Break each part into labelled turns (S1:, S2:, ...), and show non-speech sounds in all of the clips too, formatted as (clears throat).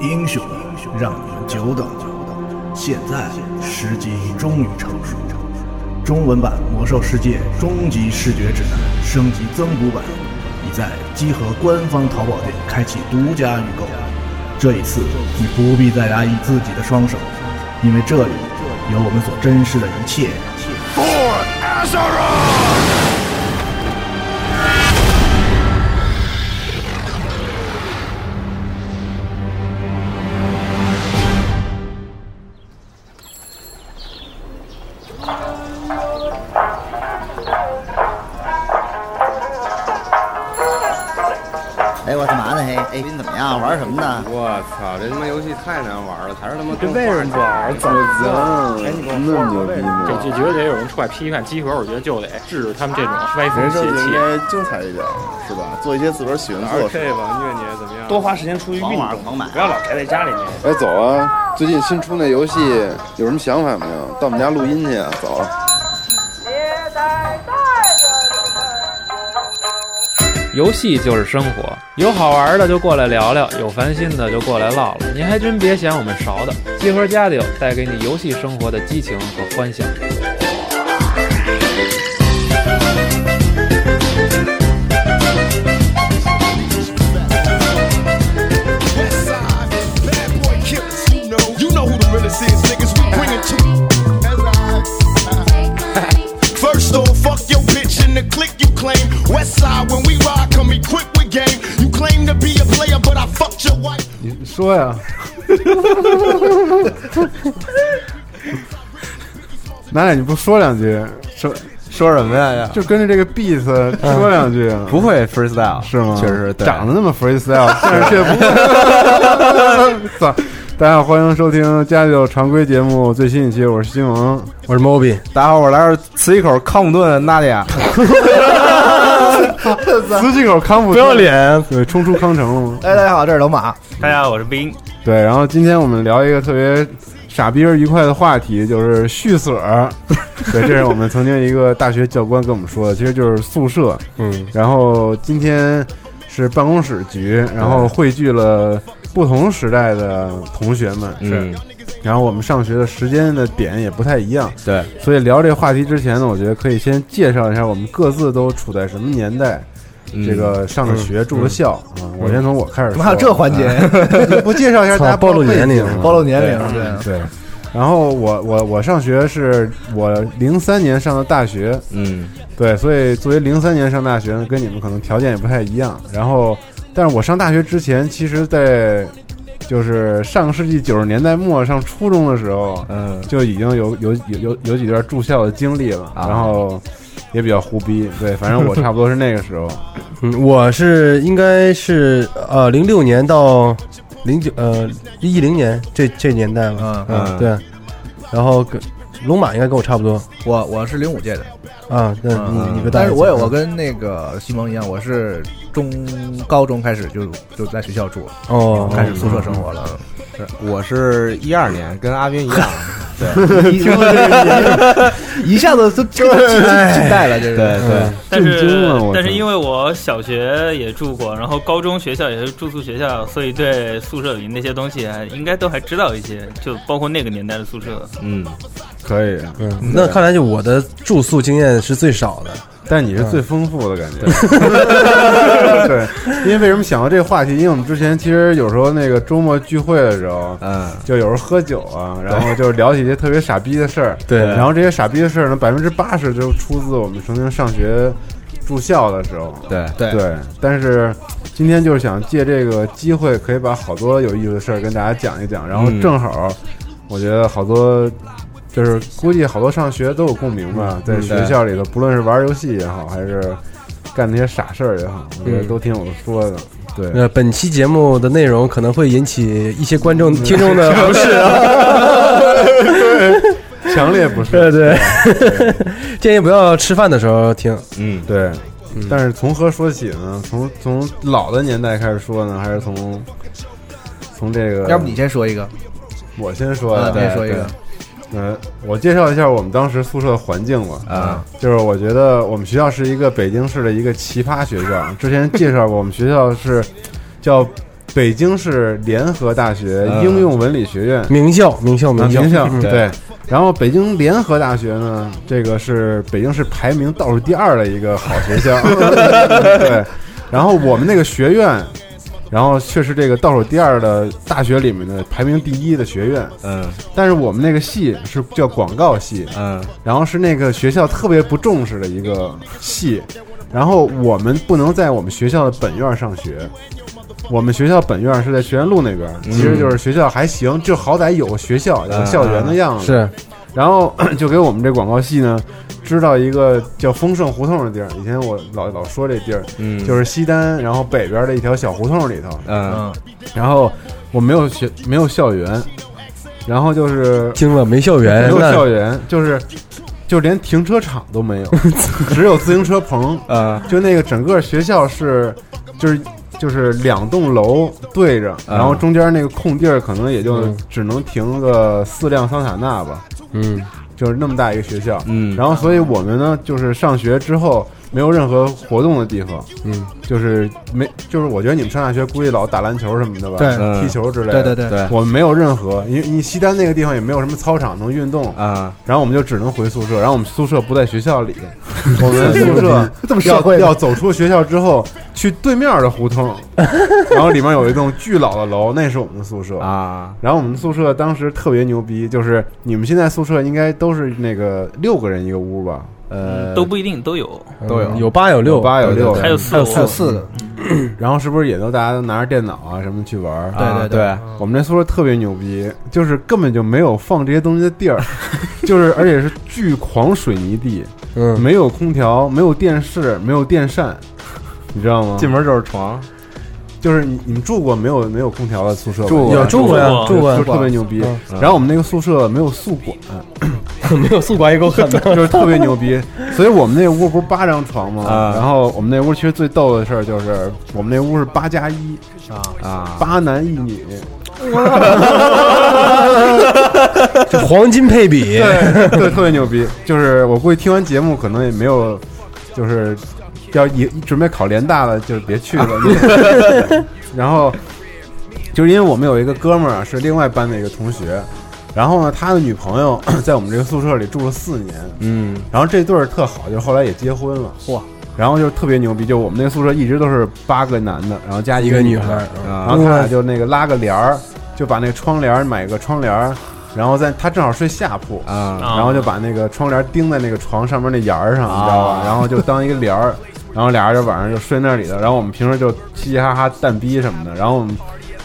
S1: 英雄们让你们久等了，现在时机终于成熟。中文版《魔兽世界》终极视觉指南升级增补版已在集合官方淘宝店开启独家预购。这一次，你不必再压抑自己的双手，因为这里有我们所珍视的一切。
S2: For Azeroth!
S3: 哎，我干嘛呢？嘿，哎，你怎么样？玩什么呢？
S4: 我操，这他妈游戏太难玩了，还是他妈
S5: 这为什么不玩？怎么
S6: 那么牛逼
S5: 这
S4: 哦
S6: 吗？
S5: 就觉得有人出来批判集合，我觉得就得制止他们这种歪风
S6: 人
S5: 邪
S6: 生就应
S5: 气。
S6: 该精彩一点，是吧？做一些自个儿喜欢做的事。
S4: 这吧，虐你怎么样？
S5: 多花时间出去
S3: 狂
S5: 运
S3: 玩
S5: 动，
S3: 狂买啊
S5: 不，要老宅在家里面。
S6: 哎，走啊！最近新出那游戏有什么想法没有？到我们家录音去啊！走啊。
S7: 游戏就是生活，有好玩的就过来聊聊，有烦心的就过来唠唠。您还真别嫌我们勺的，集合家里有带给你游戏生活的激情和欢笑。
S2: You know who the realest is, niggas. We bringin' to (laughs) First off, fuck your bitch and the click you claim. West side, when we ride, come equipped with game. You claim to be a player, but I fucked your wife.
S8: 说呀。 (laughs) 楠楠，你不说两句，
S9: 说 (laughs) 说什么呀？嗯
S8: 就跟着这个 beat 说两句啊？
S9: (laughs) 不会 freestyle
S8: 是吗？
S9: 确实对
S8: 长得那么 freestyle，但是却不
S9: (laughs)
S8: 会。操！大家好，欢迎收听家里有常规节目最新一期，我是西蒙。
S9: 我是 Moby，大家好，我来自磁器口康普顿娜迪
S8: (laughs)
S9: 亚，
S8: 司机口康复，
S9: 不要脸。
S8: 对，冲出康城了吗？
S3: 哎，大家好，这是老马。
S5: 大家好，我是冰。
S8: 对，然后今天我们聊一个特别傻逼而愉快的话题，就是续所儿。对，这是我们曾经一个大学教官跟我们说的，其实就是宿舍。
S9: 嗯，
S8: 然后今天是办公室局，然后汇聚了不同时代的同学们。
S9: 嗯，
S8: 然后我们上学的时间的点也不太一样，
S9: 对，
S8: 所以聊这个话题之前呢，我觉得可以先介绍一下我们各自都处在什么年代，
S9: 嗯
S8: 这个上的学、住的校啊。我先从我开始说，
S3: 怎么还有这环节？ (laughs)
S8: 节？不介绍一下大家
S9: 操暴露
S8: 背景
S9: 年龄
S8: 吗
S3: 暴露年龄，对，
S8: 对，然后我我我上学是我零三年上的大学，
S9: 嗯，
S8: 对，所以作为零三年上大学呢，跟你们可能条件也不太一样。然后，但是我上大学之前，其实在就是上世纪九十年代末上初中的时候，
S9: 嗯，
S8: 就已经有有有有有几段住校的经历了，
S9: 啊
S8: 然后也比较胡逼，对，反正我差不多是那个时候，
S10: 嗯，我是应该是呃零六年到零九呃一零年这这年代吧，
S3: 嗯，
S9: 嗯
S10: 对，然后跟龙马应该跟我差不多
S3: 我我是零五届的，
S10: 啊，对，你
S3: 嗯
S10: 你比
S3: 但是我也
S10: 有
S3: 我跟那个西蒙一样，我是中高中开始就就在学校住了，
S10: 哦
S3: 开始宿舍生活了。
S9: 我是一二年，跟阿斌一样，
S3: 一下
S1: (laughs)
S3: 子就这个进代了，这
S9: (laughs) 对
S3: 是。
S9: 对，
S8: 震
S11: 但是
S8: 惊了我操，
S11: 但是因为我小学也住过，然后高中学校也是住宿学校，所以对宿舍里那些东西还应该都还知道一些，就包括那个年代的宿舍。
S9: 嗯，
S8: 可以，
S10: 嗯，那看来就我的住宿经验是最少的，
S8: 但你是最丰富的感觉。 (laughs) 对，因为为什么想到这个话题？因为我们之前其实有时候那个周末聚会的时候，
S9: 嗯，
S8: 就有时候喝酒啊，然后就聊起一些特别傻逼的事儿。
S10: 对
S8: 然后这些傻逼的事儿呢，百分之八十就出自我们曾经上学住校的时候。
S9: 对，
S3: 对
S8: 对，但是今天就是想借这个机会，可以把好多有意思的事儿跟大家讲一讲，然后
S9: 嗯
S8: 正好，我觉得好多。就是估计好多上学都有共鸣吧，在
S9: 嗯
S8: 学
S9: 对
S8: 校里头，不论是玩游戏也好，还是干那些傻事儿也好，我觉得
S10: 嗯
S8: 都挺有的说的。对，
S10: 呃，本期节目的内容可能会引起一些观众听众的不适啊，
S8: 强烈不是。
S10: 对对， (laughs) 建议不要吃饭的时候听，
S9: 嗯，
S8: 对，但是从何说起呢？从从老的年代开始说呢，还是从从这个？
S3: 要不你先说一个，
S8: 我先说呀
S3: 啊，你
S8: 对
S3: 先说一个。
S8: 嗯，我介绍一下我们当时宿舍的环境吧。
S9: 啊，
S8: 就是我觉得我们学校是一个北京市的一个奇葩学校。之前介绍过，我们学校是叫北京市联合大学
S3: 啊
S4: 呃
S8: 应用文理学院，
S4: 名校名校
S8: 啊
S4: 名校
S8: 名校
S4: 嗯
S8: 对。然后北京联合大学呢，这个是北京市排名倒数第二的一个好学校，对。然后我们那个学院，然后却是这个倒数第二的大学里面的排名第一的学院，
S2: 嗯。
S8: 但是我们那个系是叫广告系，
S2: 嗯。
S8: 然后是那个学校特别不重视的一个系，然后我们不能在我们学校的本院上学。我们学校本院是在学院路那边，
S2: 嗯
S8: 其实就是学校还行，就好歹有个学校，有个校园的样子。
S2: 嗯
S4: 是，
S8: 然后 (coughs) 就给我们这广告系呢，知道一个叫丰盛胡同的地儿。以前我老老说这地儿，
S2: 嗯
S8: 就是西单，然后北边的一条小胡同里头，
S4: 呃
S2: 嗯，
S8: 然后我没有学，没有校园，然后就是
S4: 惊了，没校园，
S8: 没有
S4: 那
S8: 校园，就是就连停车场都没有，只有自行车棚。
S4: 呃
S2: 啊，
S8: 就那个整个学校是，就是就是两栋楼对
S4: 啊
S8: 着，然后中间那个空地儿可能也就
S2: 嗯
S8: 只能停个四辆桑塔纳吧。
S4: 嗯，
S8: 就是那么大一个学校。
S2: 嗯
S8: 然后所以我们呢，就是上学之后没有任何活动的地方。
S4: 嗯，
S8: 就是没，就是我觉得你们上大学估计老打篮球什么的吧，
S4: 对嗯
S8: 踢球之类的。
S4: 对对对对
S8: 我们没有任何，因为你西单那个地方也没有什么操场能运动
S4: 呃
S2: 啊，
S8: 然后我们就只能回宿舍，然后我们宿舍不在学校里，我们宿舍
S2: (laughs) 这么社
S8: 要
S2: 会的
S8: 要走出学校之后去对面的胡
S2: (laughs)
S8: 同，然后里面有一栋巨老的楼，那是我们的宿舍
S2: 啊。
S8: 然后我们宿舍当时特别牛逼，就是你们现在宿舍应该都是那个六个人一个屋吧？呃，
S11: 都不一定都有，
S8: 都有，
S4: 嗯有八有六
S8: 八有六，
S11: 对对对还有四还有四还有四的。
S8: 然后是不是也都大家都拿着电脑啊什么去玩儿？
S2: 对对嗯对
S8: 啊对，我们这宿舍特别牛逼，就是根本就没有放这些东西的
S2: (laughs)
S8: 地儿，就是而且是巨狂水泥地，
S4: 嗯，
S8: 没有空调，没有电视，没有电扇，你知道吗？
S2: 进门就是床。
S8: 就是你你们住过没有没有空调的宿舍吧？
S2: 住过有住过呀住过
S8: 就特别牛逼
S2: 嗯。
S8: 然后我们那个宿舍没有宿管，
S4: 没有宿管也够狠的，
S8: 就是特别牛逼。
S2: 嗯
S8: 所以我们那屋不是八张床吗？
S2: 啊
S8: 然后我们那屋其实最逗的事儿就是，我们那屋是八加一
S2: 啊啊
S8: 八男一女。
S4: 这黄金配比，
S8: 对，对，特别牛逼。就是我估计听完节目，可能也没有，就是要也准备考联大了，就是别去了。然后，就是因为我们有一个哥们儿啊是另外班的一个同学，然后呢，他的女朋友 (clears throat) 在我们这个宿舍里住了四年，
S2: 嗯，
S8: 然后这对儿特好，就是后来也结婚了，嚯！然后就是特别牛逼，就我们那个宿舍一直都是八个男的，然后加一
S4: 一个女
S8: 女孩
S4: 孩
S8: 儿，
S4: 啊
S8: 然后他俩就那个拉个帘儿，就把那个窗帘儿买个窗帘儿，然后在他正好睡下铺
S2: 啊
S8: 然后就把那个窗帘钉在那个床上面那沿儿上，你知道吧
S2: 啊？
S8: 然后就当一个帘儿，然后俩人就晚上就睡那里头，然后我们平时就嘻嘻哈哈蛋逼什么的，然后我们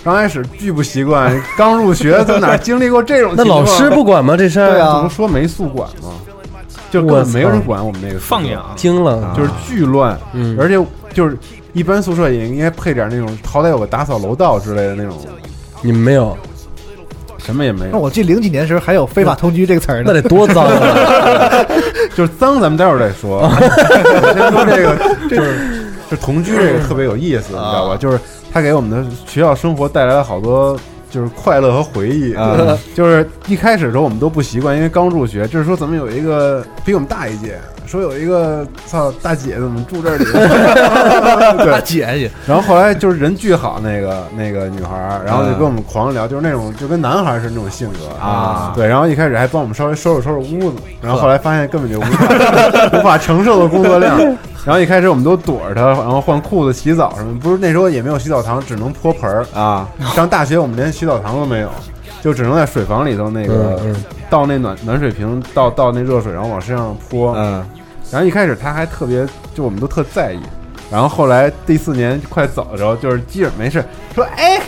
S8: 刚开始巨不习惯，刚入学在哪儿经历过这种
S4: 那
S8: 情况？
S4: 老师不管吗？这事儿
S8: 对啊，不说没宿管吗？就根本没有人管我们那个宿舍
S4: 放养惊了
S8: 就是巨乱，
S4: 嗯
S8: 而且就是一般宿舍也应该配点那种，好歹有个打扫楼道之类的那种，
S4: 你们没有，
S8: 什么也没
S1: 那
S8: 有，
S1: 我记得零几年时候还有非法同居这个词儿呢，
S4: 那得多脏啊！
S8: (laughs) 就是脏，咱们待会儿再说。我 (laughs) 先说这个，就是就同居这个特别有意思，你知道吧？就是它给我们的学校生活带来了好多。就是快乐和回忆，
S2: 嗯
S8: 就是一开始的时候我们都不习惯，因为刚入学。就是说，怎么有一个比我们大一届，说有一个操大姐怎么住这里？对，
S1: 姐
S8: (laughs)
S1: 姐，
S8: 然后后来就是人巨好，那个那个女孩儿，然后就
S2: 嗯
S8: 跟我们狂聊，就是那种就跟男孩儿是那种性格
S2: 啊
S8: 对，然后一开始还帮我们稍微收拾收拾屋子，然后后来发现根本就无
S2: (laughs)
S8: 法无法承受的工作量。然后一开始我们都躲着她，然后换裤子、洗澡什么，不是那时候也没有洗澡堂，只能泼盆儿
S2: 啊。
S8: 上大学我们连洗澡堂都没有，就只能在水房里头那个
S4: 嗯
S8: 倒那暖暖水瓶，倒倒那热水，然后往身上泼。
S2: 嗯，
S8: 然后一开始他还特别，就我们都特在意。然后后来第四年快走的时候，就是基本没事说哎，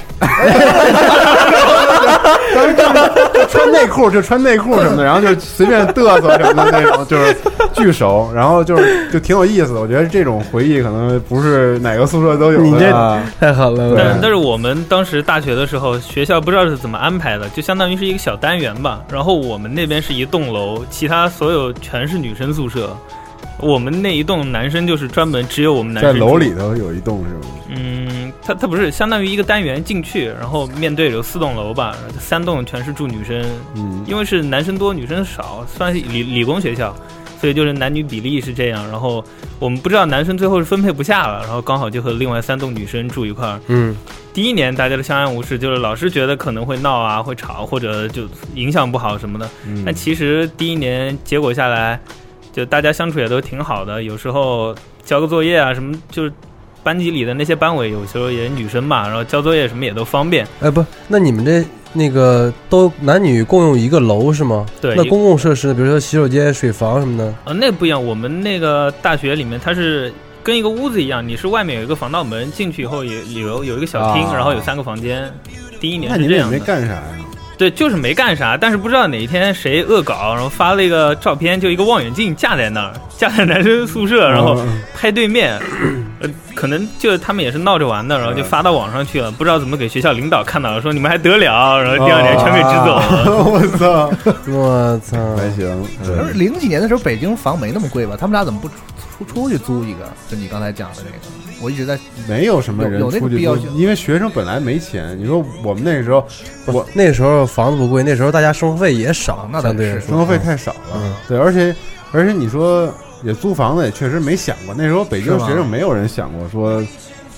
S8: 当时就就穿内裤就穿内裤什么的，然后就随便嘚瑟什么的那种，就是巨熟，然后就是就挺有意思的。我觉得这种回忆可能不是哪个宿舍都有的。
S4: 你这
S8: 啊
S4: 太狠了，
S11: 但但是我们当时大学的时候，学校不知道是怎么安排的，就相当于是一个小单元吧。然后我们那边是一栋楼，其他所有全是女生宿舍。我们那一栋男生就是专门只有我们男
S8: 在
S11: 生
S8: 楼
S11: 住
S8: 里头有一栋是吗？
S11: 嗯，它它不是相当于一个单元进去，然后面对有四栋楼吧，三栋全是住女生，
S8: 嗯
S11: 因为是男生多女生少，算是理理工学校，所以就是男女比例是这样。然后我们不知道男生最后是分配不下了，然后刚好就和另外三栋女生住一块儿，
S4: 嗯，
S11: 第一年大家都相安无事，就是老师觉得可能会闹啊，会吵，或者就影响不好什么的。
S12: 嗯
S11: 但其实第一年结果下来，就大家相处也都挺好的，有时候交个作业啊什么，就是班级里的那些班委有时候也女生嘛，然后交作业什么也都方便。
S4: 哎，不，那你们这那个都男女共用一个楼是吗？
S11: 对
S4: 那公共设施呢，比如说洗手间、水房什么的，
S11: 呃，那不一样，我们那个大学里面它是。跟一个屋子一样，你是外面有一个防盗门，进去以后也有有一个小厅，
S8: 啊
S11: 然后有三个房间。第一年
S8: 那
S11: 是
S8: 你
S11: 这
S8: 们也
S11: 样
S8: 没
S11: 的。
S8: 干啥呀？
S11: 对，就是没干啥，但是不知道哪一天谁恶搞，然后发了一个照片，就一个望远镜架在那儿，架在男生宿舍，然后拍
S8: (clears throat)
S11: 对面，呃，可能就他们也是闹着玩的，然后就发到网上去了，不知道怎么给学校领导看到了，说你们还得了，然后第二年全被支走了。
S8: (laughs) 我操！
S4: 我操，
S6: 还行。
S1: 不是零几年的时候，北京房没那么贵吧？他们俩怎么不出出出去租一个？就你刚才讲的这个，我一直在
S8: (laughs) 没有什么人
S1: 有那
S8: 出
S1: 个
S8: 去
S1: 必要
S8: 住
S1: 性，，
S8: 因为学生本来没钱。你说我们那时候，我啊
S4: 那时候房子不贵，那时候大家生活费也少，
S8: 那
S4: 相对来说
S8: 生活费太少了。
S4: 嗯
S8: 对，而且而且你说也租房子也确实没想过，那时候北京
S4: 是吗
S8: 学生没有人想过说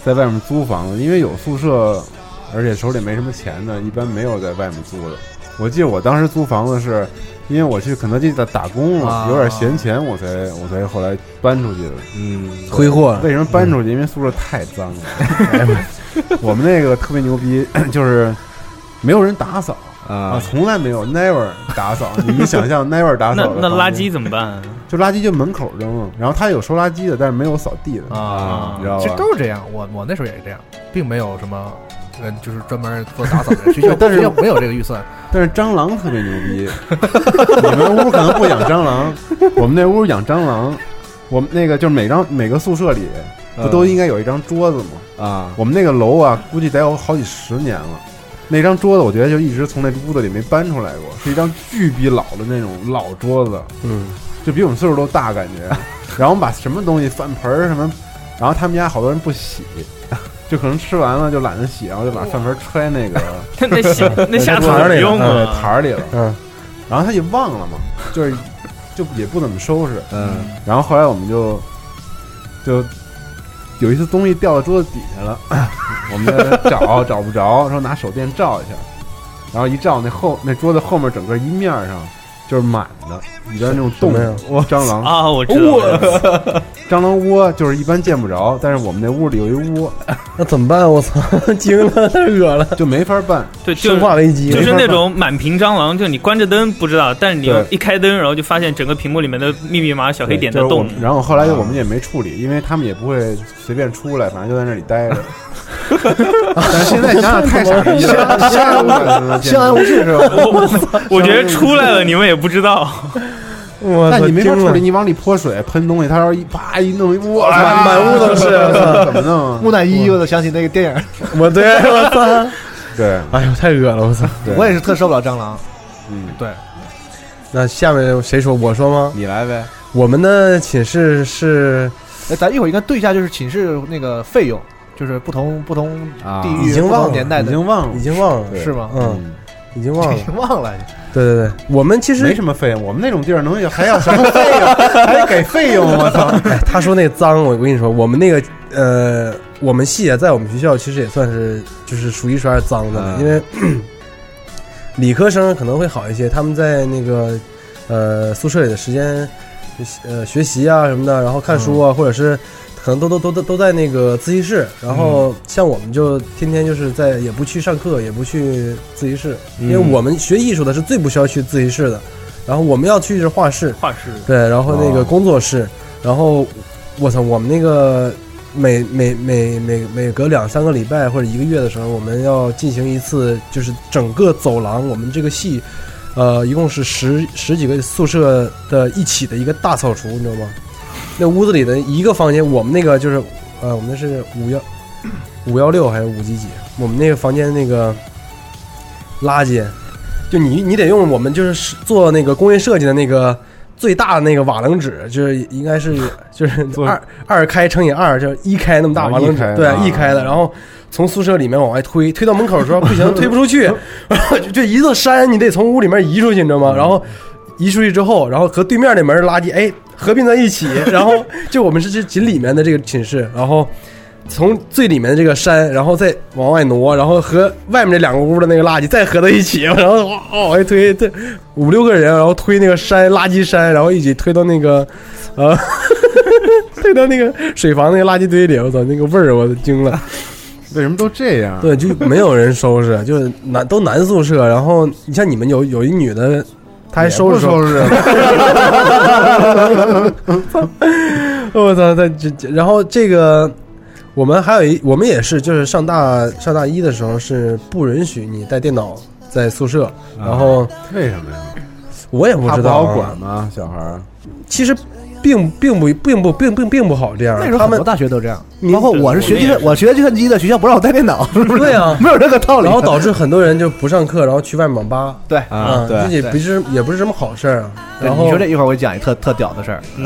S8: 在外面租房子，因为有宿舍，而且手里没什么钱的，一般没有在外面租的。我记得我当时租房子是因为我去肯德基打打工了，
S4: 啊
S8: 有点闲钱，我才我才后来搬出去的。嗯，
S4: 挥霍了
S8: 为什么搬出去？因为宿舍太脏了。 (laughs) 哎呦我们那个特别牛逼， (clears throat) 就是没有人打扫啊，从来没有 never 打扫。你们想象 never 打
S11: 那
S8: 扫的
S11: 那
S8: 房
S11: 垃
S8: 间
S11: 圾怎么办啊？
S8: 就垃圾就门口扔，然后他有收垃圾的，但是没有扫地的
S1: 啊
S8: 你知道吧？
S1: 其实都是这样。我我那时候也是这样，并没有什么，呃，就是专门做打扫的 (laughs) 人，学校
S8: 但是
S1: 学校没有这个预算。
S8: 但是蟑螂特别牛逼，你们屋可能不养蟑螂，我们那屋养蟑螂。我们那个就是每张每个宿舍里不都应该有一张桌子吗？
S2: 啊，
S8: 我们那个楼啊，估计得有好几十年了。那张桌子，我觉得就一直从那屋子里没搬出来过，是一张巨逼老的那种老桌子，
S4: 嗯，
S8: 就比我们岁数都大感觉。然后我们把什么东西饭盆儿什么，然后他们家好多人不洗，就可能吃完了就懒得洗，然后就把饭盆揣那个
S11: 那洗那下
S8: 坛
S11: 坛
S8: 儿
S11: 儿
S8: 里
S11: 里用啊
S8: 了，坛儿里了。
S4: 嗯，
S8: 然后他就忘了嘛，就是就也不怎么收拾。嗯，然后后来我们就就有一次东西掉到桌子底下了，我们在那找找不着，说拿手电照一下，然后一照那后那桌子后面整个一面上就是满的，里边那种洞
S4: 什么呀
S8: 哇蟑螂
S11: 啊我知道
S8: 哇蟑螂窝就是一般见不着，但是我们那屋里有一窝，
S4: 那怎么办？我操， (laughs) 惊了，太恶了，
S8: 就没法办。
S11: 对，就是
S4: 生化
S8: 哦
S4: 危机，
S11: 就是那种满屏蟑螂，就你关着灯不知道，但是你
S8: 对
S11: 一开灯，然后就发现整个屏幕里面的密密麻麻小黑点在
S8: 就是我
S11: 动
S8: 们。然后后来我们也没处理，因为他们也不会随便出来，反正就在那里待着。但是现在想想太傻逼了，相安无事，
S1: 相安无事是吧
S11: 我 (laughs) 我觉得出来了你们也不知道。
S4: 我
S8: 但
S11: 操
S8: 你没法
S11: 惊
S8: 处理，
S11: 了
S8: 你往里泼水喷东西，它要是一啪一弄，哇，
S1: 满满屋都是
S8: 怎么弄啊？
S1: 木乃伊，我就想起那个电影。
S4: 我对我
S8: (laughs)
S4: 操，
S8: 对，
S4: 哎呦，太恶了，我操，
S1: 我也是特受不了蟑螂。
S8: 嗯，
S1: 对，
S4: 那下面谁说？我说吗？
S2: 你来呗。
S4: 我们的寝室是
S1: 哎，咱一会儿应该对一下，就是寝室那个费用，就是不同不同地域、
S4: 已经
S1: 不
S4: 忘
S1: 同
S4: 了
S1: 年代的，
S4: 已经
S8: 忘了
S4: 已经忘了，
S1: 是吗？
S4: 嗯，已经忘
S1: (laughs) 已经
S4: 了。
S1: 忘了。
S4: 对对对，我们其实
S8: 没什么费用，我们那种地儿能有还要什么费用？还得给费用，我操！
S4: 哎， (laughs) 他说那个脏，我跟你说，我们那个呃，我们系啊，在我们学校其实也算是就是数一数二脏的了，因为 (clears throat) 理科生可能会好一些，他们在那个呃宿舍里的时间呃学习啊什么的，然后看书啊，或者是可能都都都都都在那个自习室，然后像我们就天天就是在也不去上课，也不去自习室，因为
S2: 嗯
S4: 我们学艺术的是最不需要去自习室的，然后我们要去是画室，
S11: 画室
S4: 对，然后那个工作室，然后我操，我们那个每每每每每隔两三个礼拜或者一个月的时候，我们要进行一次，就是整个走廊，我们这个系，呃，一共是十十几个宿舍的一起的一个大扫除，你知道吗？那屋子里的一个房间，我们那个就是，呃，我们那是五幺五幺六还是五几几？我们那个房间那个垃圾，就你你得用我们就是做那个工业设计的那个最大的那个瓦楞纸，就是应该是就是二二开乘以二，就是一开那么大
S2: 啊
S4: 瓦楞
S2: 一
S4: 纸
S2: 开，
S4: 对
S2: 啊，
S4: 一开的，然后。从宿舍里面往外推，推到门口说不
S2: (laughs)
S4: 行，推不出去，然后就就一座山，你得从屋里面移出去，你知道吗？
S2: 嗯
S4: 然后移出去之后，然后和对面那门
S2: (laughs)
S4: 垃圾哎合并在一起，然后就我们是这仅里面的这个寝室，然后从最里面的这个山，然后再往外挪，然后和外面这两个屋的那个垃圾再合到一起， (laughs) 然后哇往外推，这五六个人，然后推那个山垃圾山，然后一起推到那个，呃， (laughs) 推到那个水房那个垃圾堆里，我操，那个味儿我惊了。
S8: 为什么都这样？
S4: 对，就没有人收拾，就是男都男宿舍，然后你像你们有有一女的，她还收拾
S8: 也不收
S4: 拾， (laughs) 我操，他这这，然后这个我们还有一，我们也是，就是上大上大一的时候是不允许你带电脑在宿舍，然后
S8: 为什么呀？
S4: 我也不
S8: 怕
S4: 知
S8: 啊不
S4: 道
S8: 好
S4: 啊
S8: 管吗？小孩儿，
S4: 其实并并不并不并并并不好这样，
S1: 那时候
S4: 他
S1: 很
S4: 们
S1: 多大学都这样，
S4: 你
S1: 包括我是学计算，我学计算机的，学校不让我带电脑，是不是？
S4: 对啊，
S1: (laughs) 没有这个道理。
S4: 然后导致很多人就不上课，然后去外面网吧。
S1: (laughs) 对
S4: 啊，
S1: 对
S4: 这也不
S1: 对
S4: 是也不是什么好事儿啊。
S1: 对
S4: 然后
S1: 你说这一会儿我讲一特特屌的事儿，
S4: 嗯，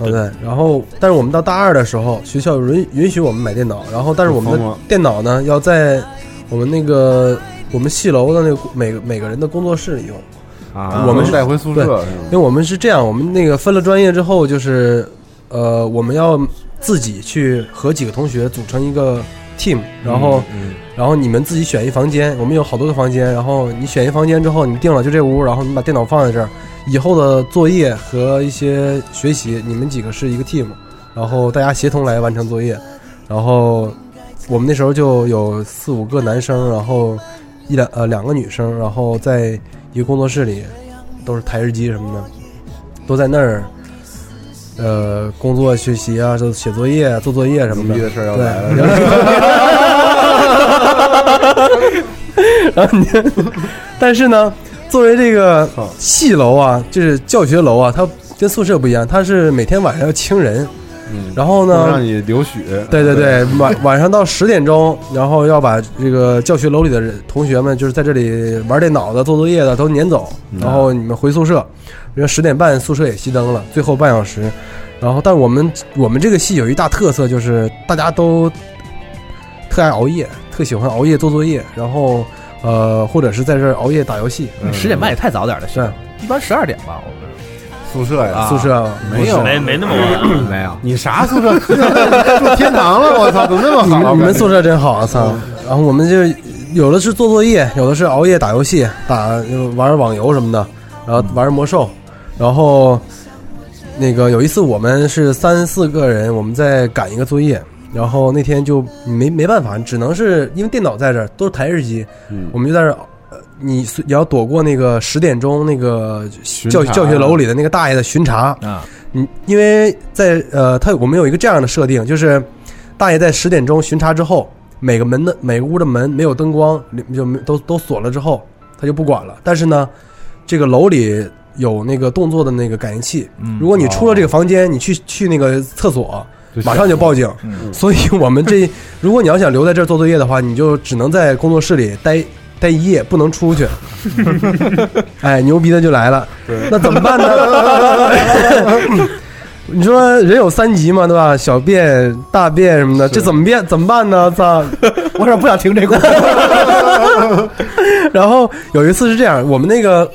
S4: 对。然后，但是我们到大二的时候，学校允允许我们买电脑，然后但是我们
S8: 疯
S4: 的
S8: 了
S4: 电脑呢要在我们那个我们系楼的那个每个每个人的工作室里用。
S8: 啊
S4: 我们
S8: 不能
S4: 是
S8: 带回宿舍
S4: 对
S8: 是吗
S4: 因为我们是这样，我们那个分了专业之后，就是呃，我们要自己去和几个同学组成一个 team，然后、
S8: 嗯嗯
S4: 然后你们自己选一房间，我们有好多个房间，然后你选一房间之后，你定了就这屋，然后你把电脑放在这儿，以后的作业和一些学习，你们几个是一个 team，然后大家协同来完成作业，然后我们那时候就有四五个男生，然后一两呃两个女生，然后在一个工作室里，都是台式机什么的，都在那儿。呃，工作、学习啊，就写作业啊、做作业什么的。
S8: 牛逼的事儿要
S4: 对
S8: 来了
S4: 然后 (laughs) 然后你，但是呢，作为这个系楼啊，就是教学楼啊，它跟宿舍不一样，它是每天晚上要清人。
S8: 嗯，
S4: 然后呢
S8: 不让你流血。
S4: 对对对，晚晚上到十点钟，然后要把这个教学楼里的人同学们，就是在这里玩电脑的、做作业的都撵走，
S8: 嗯
S4: 然后你们回宿舍。因为十点半宿舍也熄灯了，最后半小时。然后，但我们我们这个系有一大特色，就是大家都特爱熬夜，特喜欢熬夜做作业，然后呃，或者是在这儿熬夜打游戏。
S2: 嗯
S1: 十点半也太早点了，是一般十二点吧，我们
S8: 宿舍呀，
S4: 宿舍
S8: 啊没有，
S11: 没没那么晚
S1: 没有。
S8: 你啥宿舍？ (laughs) 住天堂了，我操，怎么那么
S4: 你
S8: 好？嗯
S4: 们你们宿舍真好啊，操！然后我们就有的是做作业，有的是熬夜打游戏，打玩网游什么的，然后玩魔兽，然后那个有一次我们是三四个人，我们在赶一个作业，然后那天就没没办法，只能是因为电脑在这儿都是台式机，我们就在这儿。呃你是也要躲过那个十点钟那个教
S8: 查
S4: 教学楼里的那个大爷的巡查
S1: 啊，
S4: 你因为在呃，他我们有一个这样的设定，就是大爷在十点钟巡查之后，每个门的每个屋的门没有灯光，里就没都都锁了之后，他就不管了。但是呢，这个楼里有那个动作的那个感应器，如果你出了这个房间，你去去那个厕所，马上就报警。所以我们这，如果你要想留在这儿做作业的话，你就只能在工作室里待待一夜，不能出去。 (laughs) 哎，牛逼的就来了，那怎么办呢？ (laughs) 你说人有三急嘛，对吧？小便、大便什么的，这怎么变？怎么办呢？
S8: (laughs)
S4: 操！
S1: 我有点不想听这故事。
S4: (laughs) 然后有一次是这样，我们那个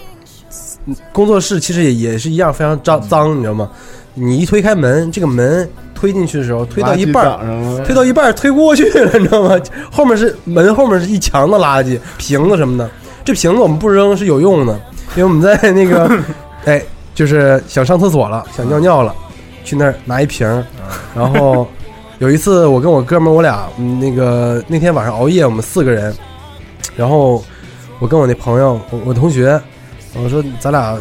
S4: 工作室其实也也是一样，非常脏脏，你知道吗？你一推开门，这个门推进去的时候，推到一半
S8: 垃圾场上
S4: 儿，
S8: 了
S4: 推到一半儿推不过去了，你知道吗？后面是门后面是一墙的垃圾瓶子什么的，这瓶子我们不扔是有用的，因为我们在那个哎，就是想上厕所了，想尿尿了，去那儿拿一瓶儿，然后有一次我跟我哥们儿，我俩嗯那个那天晚上熬夜，我们四个人，然后我跟我那朋友，我我同学，我说咱俩。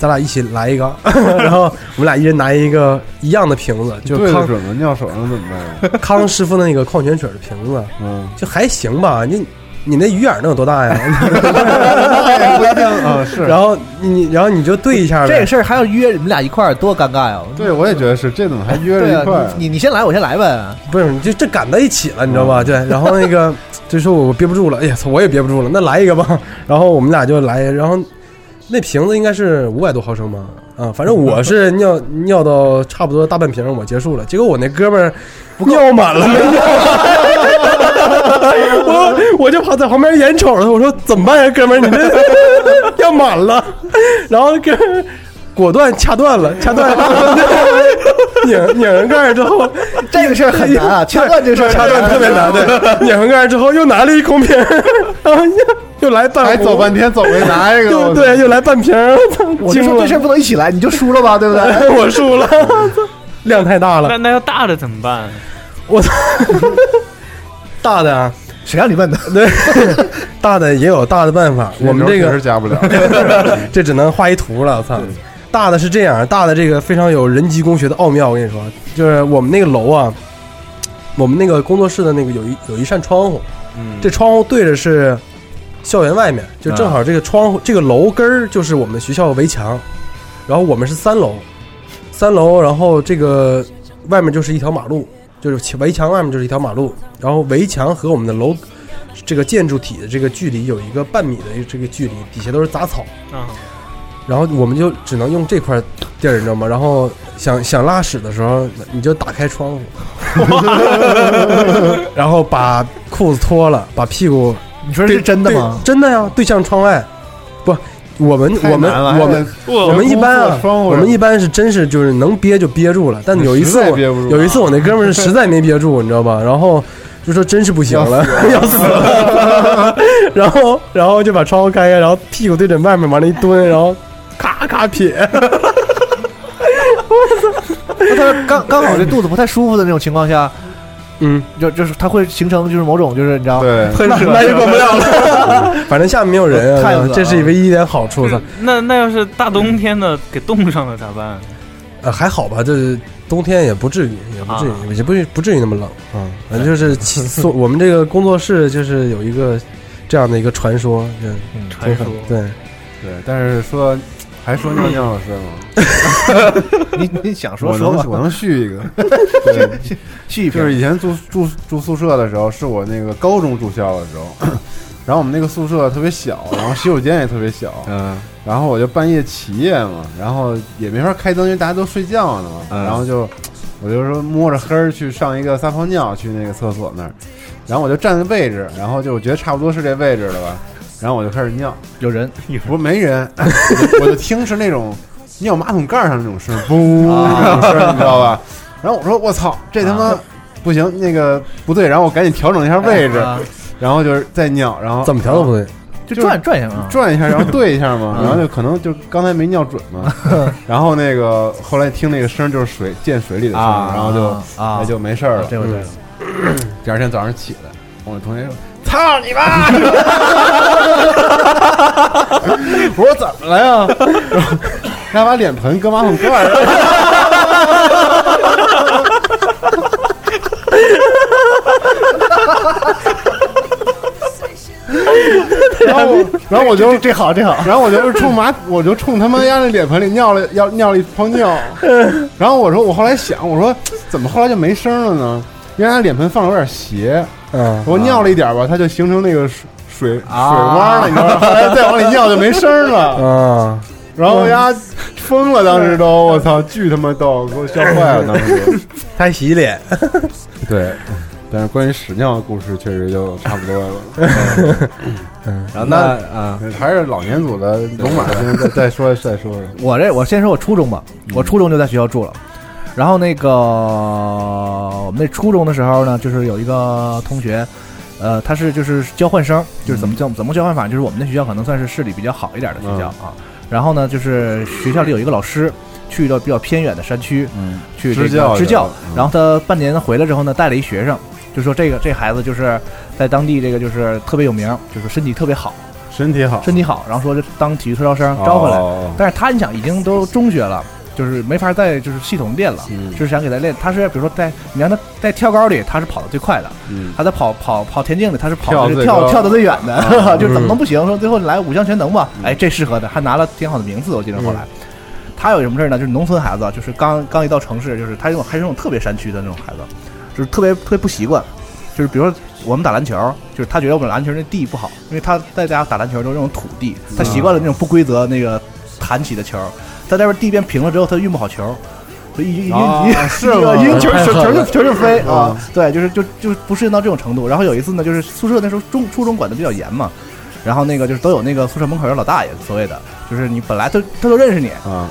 S4: 咱俩一起来一个， (laughs) 然后我们俩一人拿一个一样的瓶子，就
S8: 对
S4: 是
S8: 得
S4: 康
S8: 准吗？尿手上怎么办？
S4: 康师傅那个矿泉水的瓶子，
S8: 嗯，
S4: 就还行吧。你你那鱼眼儿能有多大呀？
S1: (laughs)
S8: 不一定啊，是。
S4: 然后你然后你就对一下呗。
S1: 这个事儿还要约你们俩一块儿，多尴尬呀！
S8: 对，我也觉得是，这怎么还约
S1: 对
S8: 着
S1: 啊
S8: 一块儿，？
S1: 你你先来，我先来呗。
S4: 不是，你就这赶到一起了，你知道
S1: 啊
S4: 吧？对，然后那个就说我憋不住了，哎呀，操我也憋不住了，那来一个吧。然后我们俩就来，然后那瓶子应该是五百多毫升吧，啊，反正我是尿尿到差不多大半瓶儿，我结束了。结果我那哥们儿尿满了，没尿完我我就跑在旁边眼 (laughs) 瞅着他，我说怎么办呀，哥们儿，你这要满了。然后哥们儿果断掐断了，掐断了，拧拧上盖儿之后，
S2: 这个事儿很
S4: (laughs)
S2: 难啊掐断这事儿啊
S4: 掐断特别难，对，拧上盖儿之后又拿了一空瓶儿， (laughs) 哎又来半壶，
S8: 哎
S2: 还走半天走回
S4: (laughs)
S2: 拿一个
S4: 又
S2: 我
S4: 对，又来半瓶儿，
S2: 我就说这事儿不能一起来，你就输了吧，对不对？
S4: (laughs) 我输
S2: (laughs)
S4: 了，量太大了
S11: 那，那要大的怎么办？
S4: 我
S2: (laughs)
S4: 操，大的啊，
S2: 谁让你问的？
S4: 对， (laughs) 大的也有大的办
S2: (laughs)
S4: 法，我们这个
S8: 是加不了。
S4: 这只能画一图了。我操，大的是这样，大的这个非常有人机工学的奥妙。我跟你说，就是我们那个楼啊，我们那个工作室的那个有一有一扇窗户，
S11: 嗯
S4: 这窗户对着是校园外面，就正好这个窗户、这个楼根儿就是我们学校围墙，然后我们是三楼，三楼，然后这个外面就是一条马路，就是围墙外面就是一条马路，然后围墙和我们的楼这个建筑体的这个距离有一个半米的这个距离，底下都是杂草。
S11: 啊，
S4: 然后我们就只能用这块地儿，你知道吗？然后想想拉屎的时候，你就打开窗户，
S2: (laughs)
S4: 然后把裤子脱了，把屁股，
S2: 你说是真的吗？
S4: 真的呀，对向窗外，不。我们
S2: 太
S4: (laughs) 我们
S2: 难了
S4: 我们
S2: 还
S4: (laughs)
S2: 得
S4: 我们一般
S2: 还
S4: 啊
S2: 得，窗户
S4: 我们一般是真是就是能憋就憋住了，但有一次
S2: 实在
S4: 我
S2: 憋不住
S4: 有一次我那哥们儿是实在没憋住，你知道吧？然后就说真是不行了， (laughs) 要死了， (laughs) 然后然后就把窗户开开，然后屁股对准外面往那一蹲，然后咔咔撇，
S2: 那他是刚刚好这肚子不太舒服的那种情况下，
S4: 嗯，
S2: 就就是它会形成就是某种就是你知道对
S4: 那那也管不了了，反正下面没有人
S2: 太恶
S4: 啊
S2: 了，
S4: 这是唯一一点好
S11: 嗯
S4: 处的。
S11: 那那要是大冬天的给冻上了咋办？
S4: 呃，还好吧，这冬天也不至于，也不
S11: 啊
S4: 至于，也不不至于那么冷啊。反正就是其，所我们这个工作室就是有一个这样的一个传说，就是
S11: 嗯传说
S4: 对，
S8: 对，但是说还说尿尿的事吗？
S2: 你你想说
S8: 我
S2: 说吧
S8: 能我能续
S4: (laughs)
S8: 一个，
S2: 续续一篇
S8: 就是以前住住住宿舍的时候，是我那个高中住校的时候， (clears throat) 然后我们那个宿舍特别小，然后洗手间也特别小，
S1: 呃
S8: 嗯，然后我就半夜起夜嘛，然后也没法开灯，因为大家都睡觉呢嘛，
S13: 嗯
S8: 然后就我就说摸着黑儿去上一个撒泡尿去那个厕所那儿，然后我就站的位置，然后就我觉得差不多是这位置了吧，然后我就开始尿，
S2: 有人，
S8: 不是没人， (laughs) 我就我就听是那种尿马桶盖上那种声儿，嘣那种声儿，你知道吧？ (laughs) 然后我说我操，这他妈不行，那个不对，然后我赶紧调整一下位置
S2: 啊，
S8: 然后就是再尿，
S2: 哦
S8: 然后
S4: 怎么调都不对，
S2: 就转转一下嘛啊
S8: 转一下，然后对一下嘛，
S2: 嗯
S8: 然后就可能就刚才没尿准嘛，然后那个后来听那个声儿就是水溅水里的声儿，
S2: 啊
S8: 然后就
S2: 啊
S8: 那就没事儿了，
S2: 这回对了
S8: 嗯。第二天早上起来，我同学说。
S2: 操你妈！
S8: (laughs) 我说怎么了 (laughs) 呀？然后他把脸盆搁马桶盖儿上。然后我，然后我就
S2: 这好这好，
S8: 然后我就是冲马，我就冲他妈丫那脸盆里尿了，要尿了一泡尿。然后我说，我后来想，我说怎么后来就没声了呢？因为他脸盆放的有点斜，
S4: 嗯，
S8: 我尿了一点吧，它就形成那个水水水
S2: 啊嗯
S8: 洼了，你知道吗？后来再往里尿就没
S2: (laughs)
S8: 声了。
S4: 啊，
S8: 然后丫疯了，当时都
S2: 嗯
S8: 我操，巨他妈逗，给我笑坏了，当
S2: (laughs)
S8: 时。
S4: 还洗脸，
S8: (laughs) 对，但是关于屎尿的故事确实就差不
S2: (laughs)
S8: 多了。
S4: 嗯，
S8: 然后
S2: 那
S8: 那
S2: 啊，
S8: 还是老年组的龙马先再再说再说说。
S2: 我这我先说我初中吧，我初中就在学校住了。然后那个我们那初中的时候呢，就是有一个同学，呃，他是就是交换生，就是怎么怎么怎么交换法，就是我们那学校可能算是市里比较好一点的学校啊。然后呢，就是学校里有一个老师去到比较偏远的山区，
S8: 嗯，
S2: 去这
S8: 支
S2: 个
S8: 教
S2: (laughs)
S8: 嗯
S2: 支
S8: 去
S2: 教
S8: 了，
S2: 然后他半年回来之后呢，带了一学生，就说这个这孩子就是在当地这个就是特别有名，就是身体特别好，
S8: 身体好，
S2: 身体好，然后说这当体育特招生招回来，
S8: 哦
S2: 但是他你想已经都中学了。就是没法再就是系统练了，
S8: 嗯
S2: 就是想给他练。他是比如说在你让他在跳高里，他是跑得最快的，
S8: 嗯
S2: 他在跑跑跑田径里，他是跑
S8: 跳
S2: 的
S8: 最
S2: 跳
S8: 高
S2: 跳得最远
S8: 啊嗯
S2: 的， (laughs) 就是怎么能不行？说最后来五项全能吧，哎，这适合的，还拿了挺好的名次，我记得后来。他有什么事儿呢？就是农村孩子啊，就是刚刚一到城市，就是他这种还是那种特别山区的那种孩子，就是特别特别不习惯。就是比如说我们打篮球，就是他觉得我们篮球那地不好，因为他在家打篮球都是那种土地，
S8: 嗯
S2: 他习惯了那种不规则那个弹起的球，在那边地变平了之后，他运不好球。就一一一
S8: 啊
S2: 一
S8: 是吗
S2: 一球
S8: 太
S2: 球
S8: 狠
S2: 球就
S8: 了
S2: 球就飞啊
S8: 嗯！
S2: 对，就是就就不适应到这种程度。然后有一次呢，就是宿舍那时候中初中管的比较严嘛，然后那个就是都有那个宿舍门口有老大爷所谓的，就是你本来他他都认识你，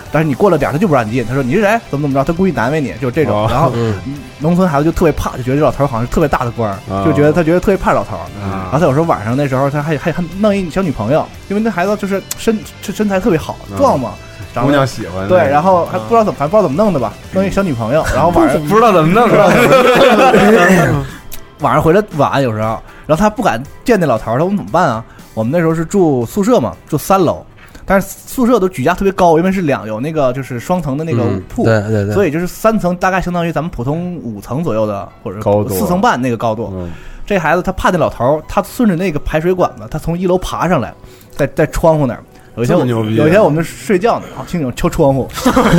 S2: 但是你过了点儿他就不让你进，他说你是谁，怎么怎么着，他故意难为你，就是这种。
S8: 哦
S2: 然后
S8: 嗯
S2: 农村孩子就特别怕，就觉得这老头儿好像是特别大的官儿，
S8: 哦
S2: 就觉得他觉得特别怕老头儿。然后
S8: 啊
S2: 他有时候晚上那时候他还还还弄一小女朋友，因为那孩子就是身身身材特别好，
S8: 嗯
S2: 壮嘛。长得
S8: 姑娘喜欢
S2: 对，
S8: 那种
S2: 然后还不知道怎么，还不知道怎么弄的吧，弄一小女朋友，
S4: 嗯
S2: 然后晚上 (laughs)
S14: 不知道怎么弄的
S2: 晚上回来晚有时候，然后他不敢见那老头儿，他说我们怎么办啊？我们那时候是住宿舍嘛，住三楼，但是宿舍都举架特别高，因为是两有那个就是双层的那个
S4: 嗯
S2: 铺，
S4: 对对对
S2: 所以就是三层大概相当于咱们普通五层左右的或者
S8: 高度啊嗯
S2: 四层半那个高度。这孩子他怕那老头儿，他顺着那个排水管子，他从一楼爬上来，在在窗户那儿。有一天我，
S8: 这么牛逼啊
S2: 有一天我们睡觉呢，然后听见敲窗户，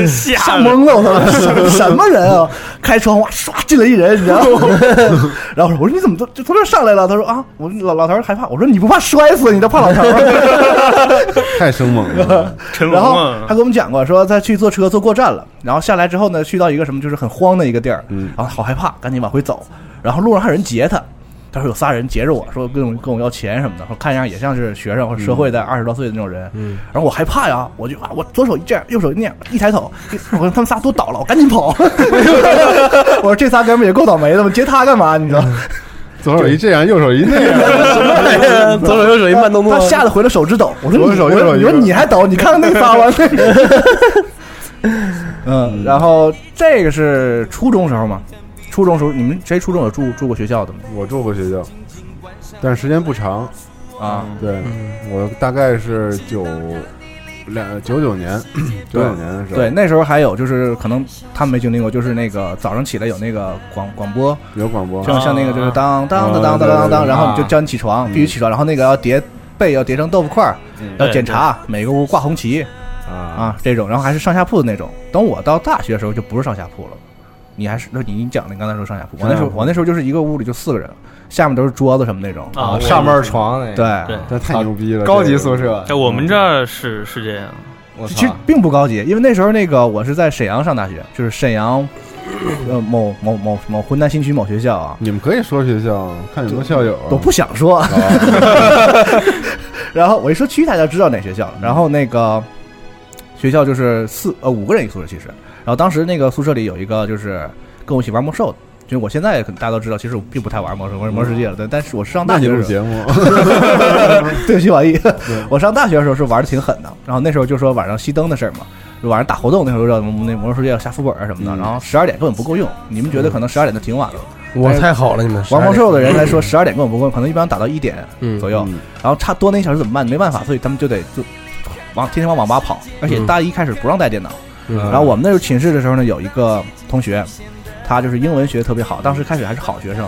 S11: 吓
S2: 吓懵了，我操！什什么人啊？开窗户唰进来一人，然后 (laughs) 然后我说你怎么都就从这儿上来了？他说啊，我老老头儿害怕。我说你不怕摔死，你都怕老头儿？
S8: 太生猛了，
S11: 陈
S2: 然后
S4: 啊
S2: 他给我们讲过，说他去坐车坐过站了，然后下来之后呢，去到一个什么就是很荒的一个地儿，
S4: 嗯
S2: 然后好害怕，赶紧往回走。然后路上还有人截他，他说有仨人截着我说跟我跟我要钱什么的，说看样也像是学生或者社会的二十多岁的那种人。
S4: 嗯
S2: 然后我害怕呀，我就啊，我左手一这样，右手那样，一抬头，我说他们仨都倒了，我赶
S4: (laughs)
S2: 紧跑。我说这仨哥们儿也够倒霉的，我截他干嘛？你知道？
S8: 左手一这样，右手一那样，什么玩意儿？
S4: (laughs) 左手右手一慢动作，
S2: 他吓得回了手指抖。我说
S8: (laughs) 左
S2: 你
S8: 手右手
S2: 我
S8: 一
S2: 说
S8: 个
S2: 你啊还抖？你看看那仨
S4: (laughs)
S2: 吧。 (laughs) 嗯，然后这个是初中时候嘛，初中时候你们谁初中有住住过学校的吗？
S8: 我住过学校，但是时间不长
S4: 嗯
S2: 啊。
S8: 对，我大概是九两九九年，九九年的时候，
S2: 对，那时候还有就是可能他们没经历过，就是那个早上起来有那个广广播，
S8: 有广播，
S2: 像像那个就是当当当当当当当，然后你就叫你起床，必须起床，然后那个要叠被要叠成豆腐块儿，要检查每个屋挂红旗啊这种，然后还是上下铺的那种。等我到大学的时候就不是上下铺了，你还是那你你讲的你刚才说上下铺，我那时候
S14: 上下铺
S2: 我那时候就是一个屋里就四个人，下面都是桌子什么那种
S14: 啊啊上面是床那个
S2: 对
S14: 对，这太牛逼了
S2: 这个
S14: 高级宿舍
S11: 哎，我们这儿是是这样，我
S2: 其实并不高级，因为那时候那个我是在沈阳上大学，就是沈阳。呃，某某某某浑南新区某学校啊，
S8: 你们可以说学校，看有没有校友，啊
S2: 我不想说。然后我一说区，大家知道哪学校了。然后那个学校就是四呃五个人一个宿舍，其实。然后当时那个宿舍里有一个就是跟我一起玩魔兽的，就是我现在可能大家都知道，其实我并不太玩魔兽，玩魔兽世界了。但但是我是上大
S8: 嗯那你
S2: 学的
S8: 录
S2: 时
S8: 节
S2: 候，
S8: 目，
S2: (laughs) 对不起，网易，我上大学的时候是玩的挺狠的。然后那时候就说晚上熄灯的事儿嘛。晚上打活动那时候叫那魔兽世界要下副本啊什么的，
S8: 嗯
S2: 然后十二点根本不够用。你们觉得可能十二点都挺晚了，
S4: 我太好了，你们
S2: 玩魔兽的人来说，十二点根本不够，可能一般打到一点
S4: 嗯
S2: 左右，然后差多那一小时怎么办？没办法，所以他们就得就往天天往网吧跑，而且大一开始不让带电脑。
S4: 嗯
S2: 然后我们那时候寝室的时候呢，有一个同学，他就是英文学得特别好，当时开始还是好学生，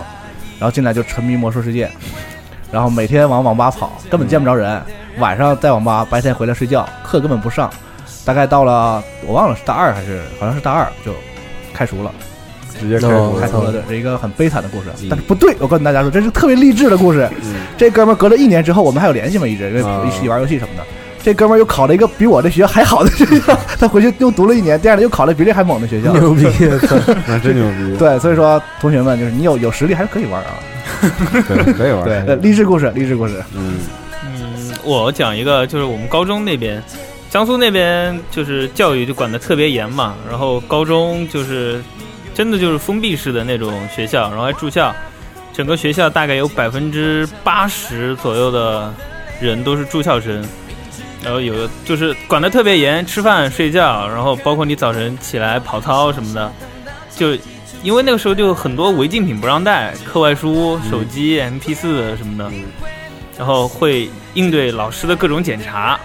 S2: 然后进来就沉迷魔兽世界，然后每天往网吧跑，根本见不着人，晚上在网吧，白天回来睡觉，课根本不上。大概到了我忘了是大二还是好像是大二就开除了。
S8: 直接开除
S2: 开除了，对，是一个很悲惨的故事。但是不对，我告诉大家说，这是特别励志的故事。这哥们儿隔了一年之后，我们还有联系嘛，一直因为
S8: 啊
S2: 一起玩游戏什么的。这哥们儿又考了一个比我这学校还好的学校，他回去又读了一年，第二年又考了比这还猛的学校，
S4: 牛逼
S8: 那真牛逼，
S2: 对，所以说同学们，就是你有有实力还是可以玩啊。
S8: 对，可以玩，
S2: 对，励志故事，励志故事。
S8: 嗯，
S11: 我讲一个，就是我们高中那边，江苏那边就是教育就管得特别严嘛，然后高中就是真的就是封闭式的那种学校，然后还住校，整个学校大概有百分之八十左右的人都是住校生，然后有的就是管得特别严，吃饭睡觉，然后包括你早晨起来跑操什么的，就。因为那个时候就很多违禁品不让带，课外书、手机、MP 四什么的，然后会应对老师的各种检查，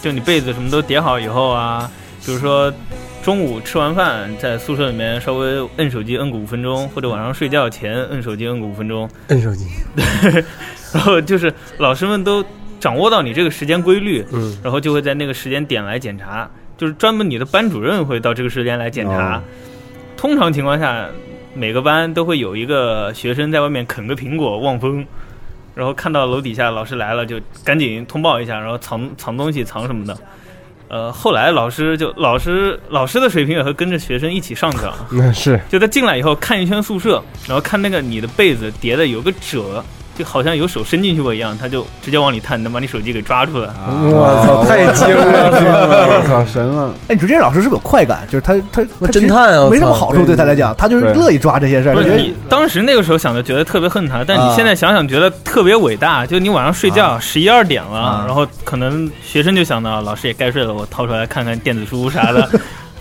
S11: 就你被子什么都叠好以后啊，比如说中午吃完饭在宿舍里面稍微摁手机摁个五分钟，或者晚上睡觉前摁手机摁个五分钟，
S4: 摁手机，
S11: 然后就是老师们都掌握到你这个时间规律，
S4: 嗯
S11: 然后就会在那个时间点来检查，就是专门你的班主任会到这个时间来检查。
S8: 哦
S11: 通常情况下，每个班都会有一个学生在外面啃个苹果望风，然后看到楼底下老师来了就赶紧通报一下，然后藏藏东西藏什么的。呃，后来老师就老师老师的水平也会跟着学生一起上涨，
S4: (laughs) 那是
S11: 就他进来以后看一圈宿舍，然后看那个你的被子叠的有个褶，就好像有手伸进去过一样，他就直接往里探，能把你手机给抓出来。
S8: 我操太精了太精了我操神了！
S1: 哎，你说这老师是不是有快感？就是他他他
S11: 侦探啊我操
S1: 没什么好处对他来讲，他就是
S11: 对
S1: 乐意抓这些事儿。
S11: 不
S1: 觉得
S11: 是你当时那个时候想的，觉得特别恨他，但你现在想想觉得特别伟大。就你晚上睡觉十一二点了，然后可能学生就想到老师也该睡了，我掏出来看看电子书啥的。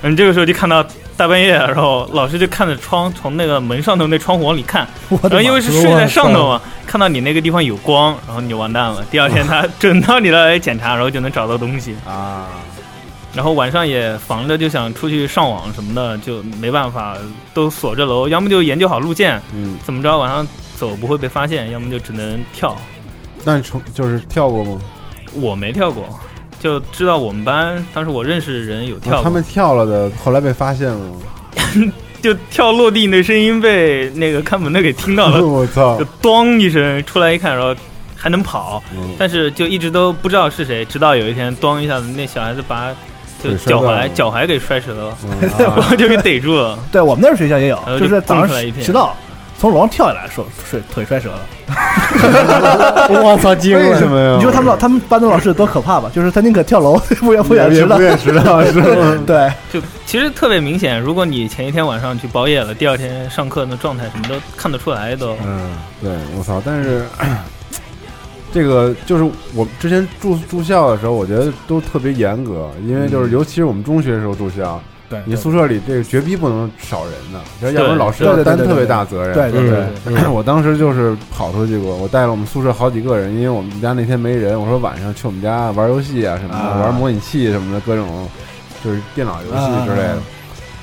S11: 嗯，这个时候就看到大半夜，然后老师就看着窗，从那个门上头那窗户往里看，然呃后因为是睡在上头嘛，看到你那个地方有光，然后你就完蛋了。第
S8: (laughs)
S11: 二天他准到你来检查，然后就能找到东西
S8: 啊。
S11: 然后晚上也防着，就想出去上网什么的，就没办法，都锁着楼，要么就研究好路线，
S8: 嗯，
S11: 怎么着晚上走不会被发现，要么就只能跳。
S8: 那你从就是跳过吗？
S11: 我没跳过，就知道我们班当时我认识人有跳
S8: 啊
S11: 过，
S8: 他们跳了的，后来被发现了吗？
S11: 就跳落地那声音被那个看门的给听到
S8: (laughs)
S11: 了，
S8: 我操
S11: 就咚一声出来一看，然后还能跑，
S8: 嗯
S11: 但是就一直都不知道是谁，直到有一天咚一下子，那小孩子把就
S1: 给摔
S11: 脚
S1: 断了
S11: 踝脚踝给摔折了，
S1: 嗯
S11: (laughs) 然后就给逮住了。
S1: 对我们那儿学校也有
S11: 然，后
S1: 就
S11: 呃就是
S1: 早
S11: 蹦出来一
S1: 上
S11: 片
S1: 迟到从楼上跳下来，手摔腿摔折了。
S4: 我操，惊
S8: 了为什么呀
S1: 你说他们老他们班的老师有多可怕吧？就是他宁可跳楼，不愿不愿
S8: 也
S1: 迟到，
S8: 不愿迟到是吗
S1: 对，
S11: 就其实特别明显，如果你前一天晚上去包夜了，第二天上课的状态什么都看得出来都。
S8: 嗯，对，我操！但是这个就是我之前住住校的时候，我觉得都特别严格，因为就是
S2: 嗯
S8: 尤其是我们中学的时候住校，
S2: 对
S8: 你
S2: 对
S8: 宿舍里这个绝逼不能少人的，要要不
S2: 对
S8: 然老师
S2: 对
S8: 要
S2: 对对
S8: 担
S2: 对
S8: 特别
S2: 对
S8: 大责任。
S2: 对对对对对
S8: 我当时就是跑出去过，我带了我们宿舍好几个人，因为我们家那天没人，我说晚上去我们家玩游戏啊什么的，
S2: 啊
S8: 玩模拟器什么的，各种就是电脑游戏之类的。
S2: 啊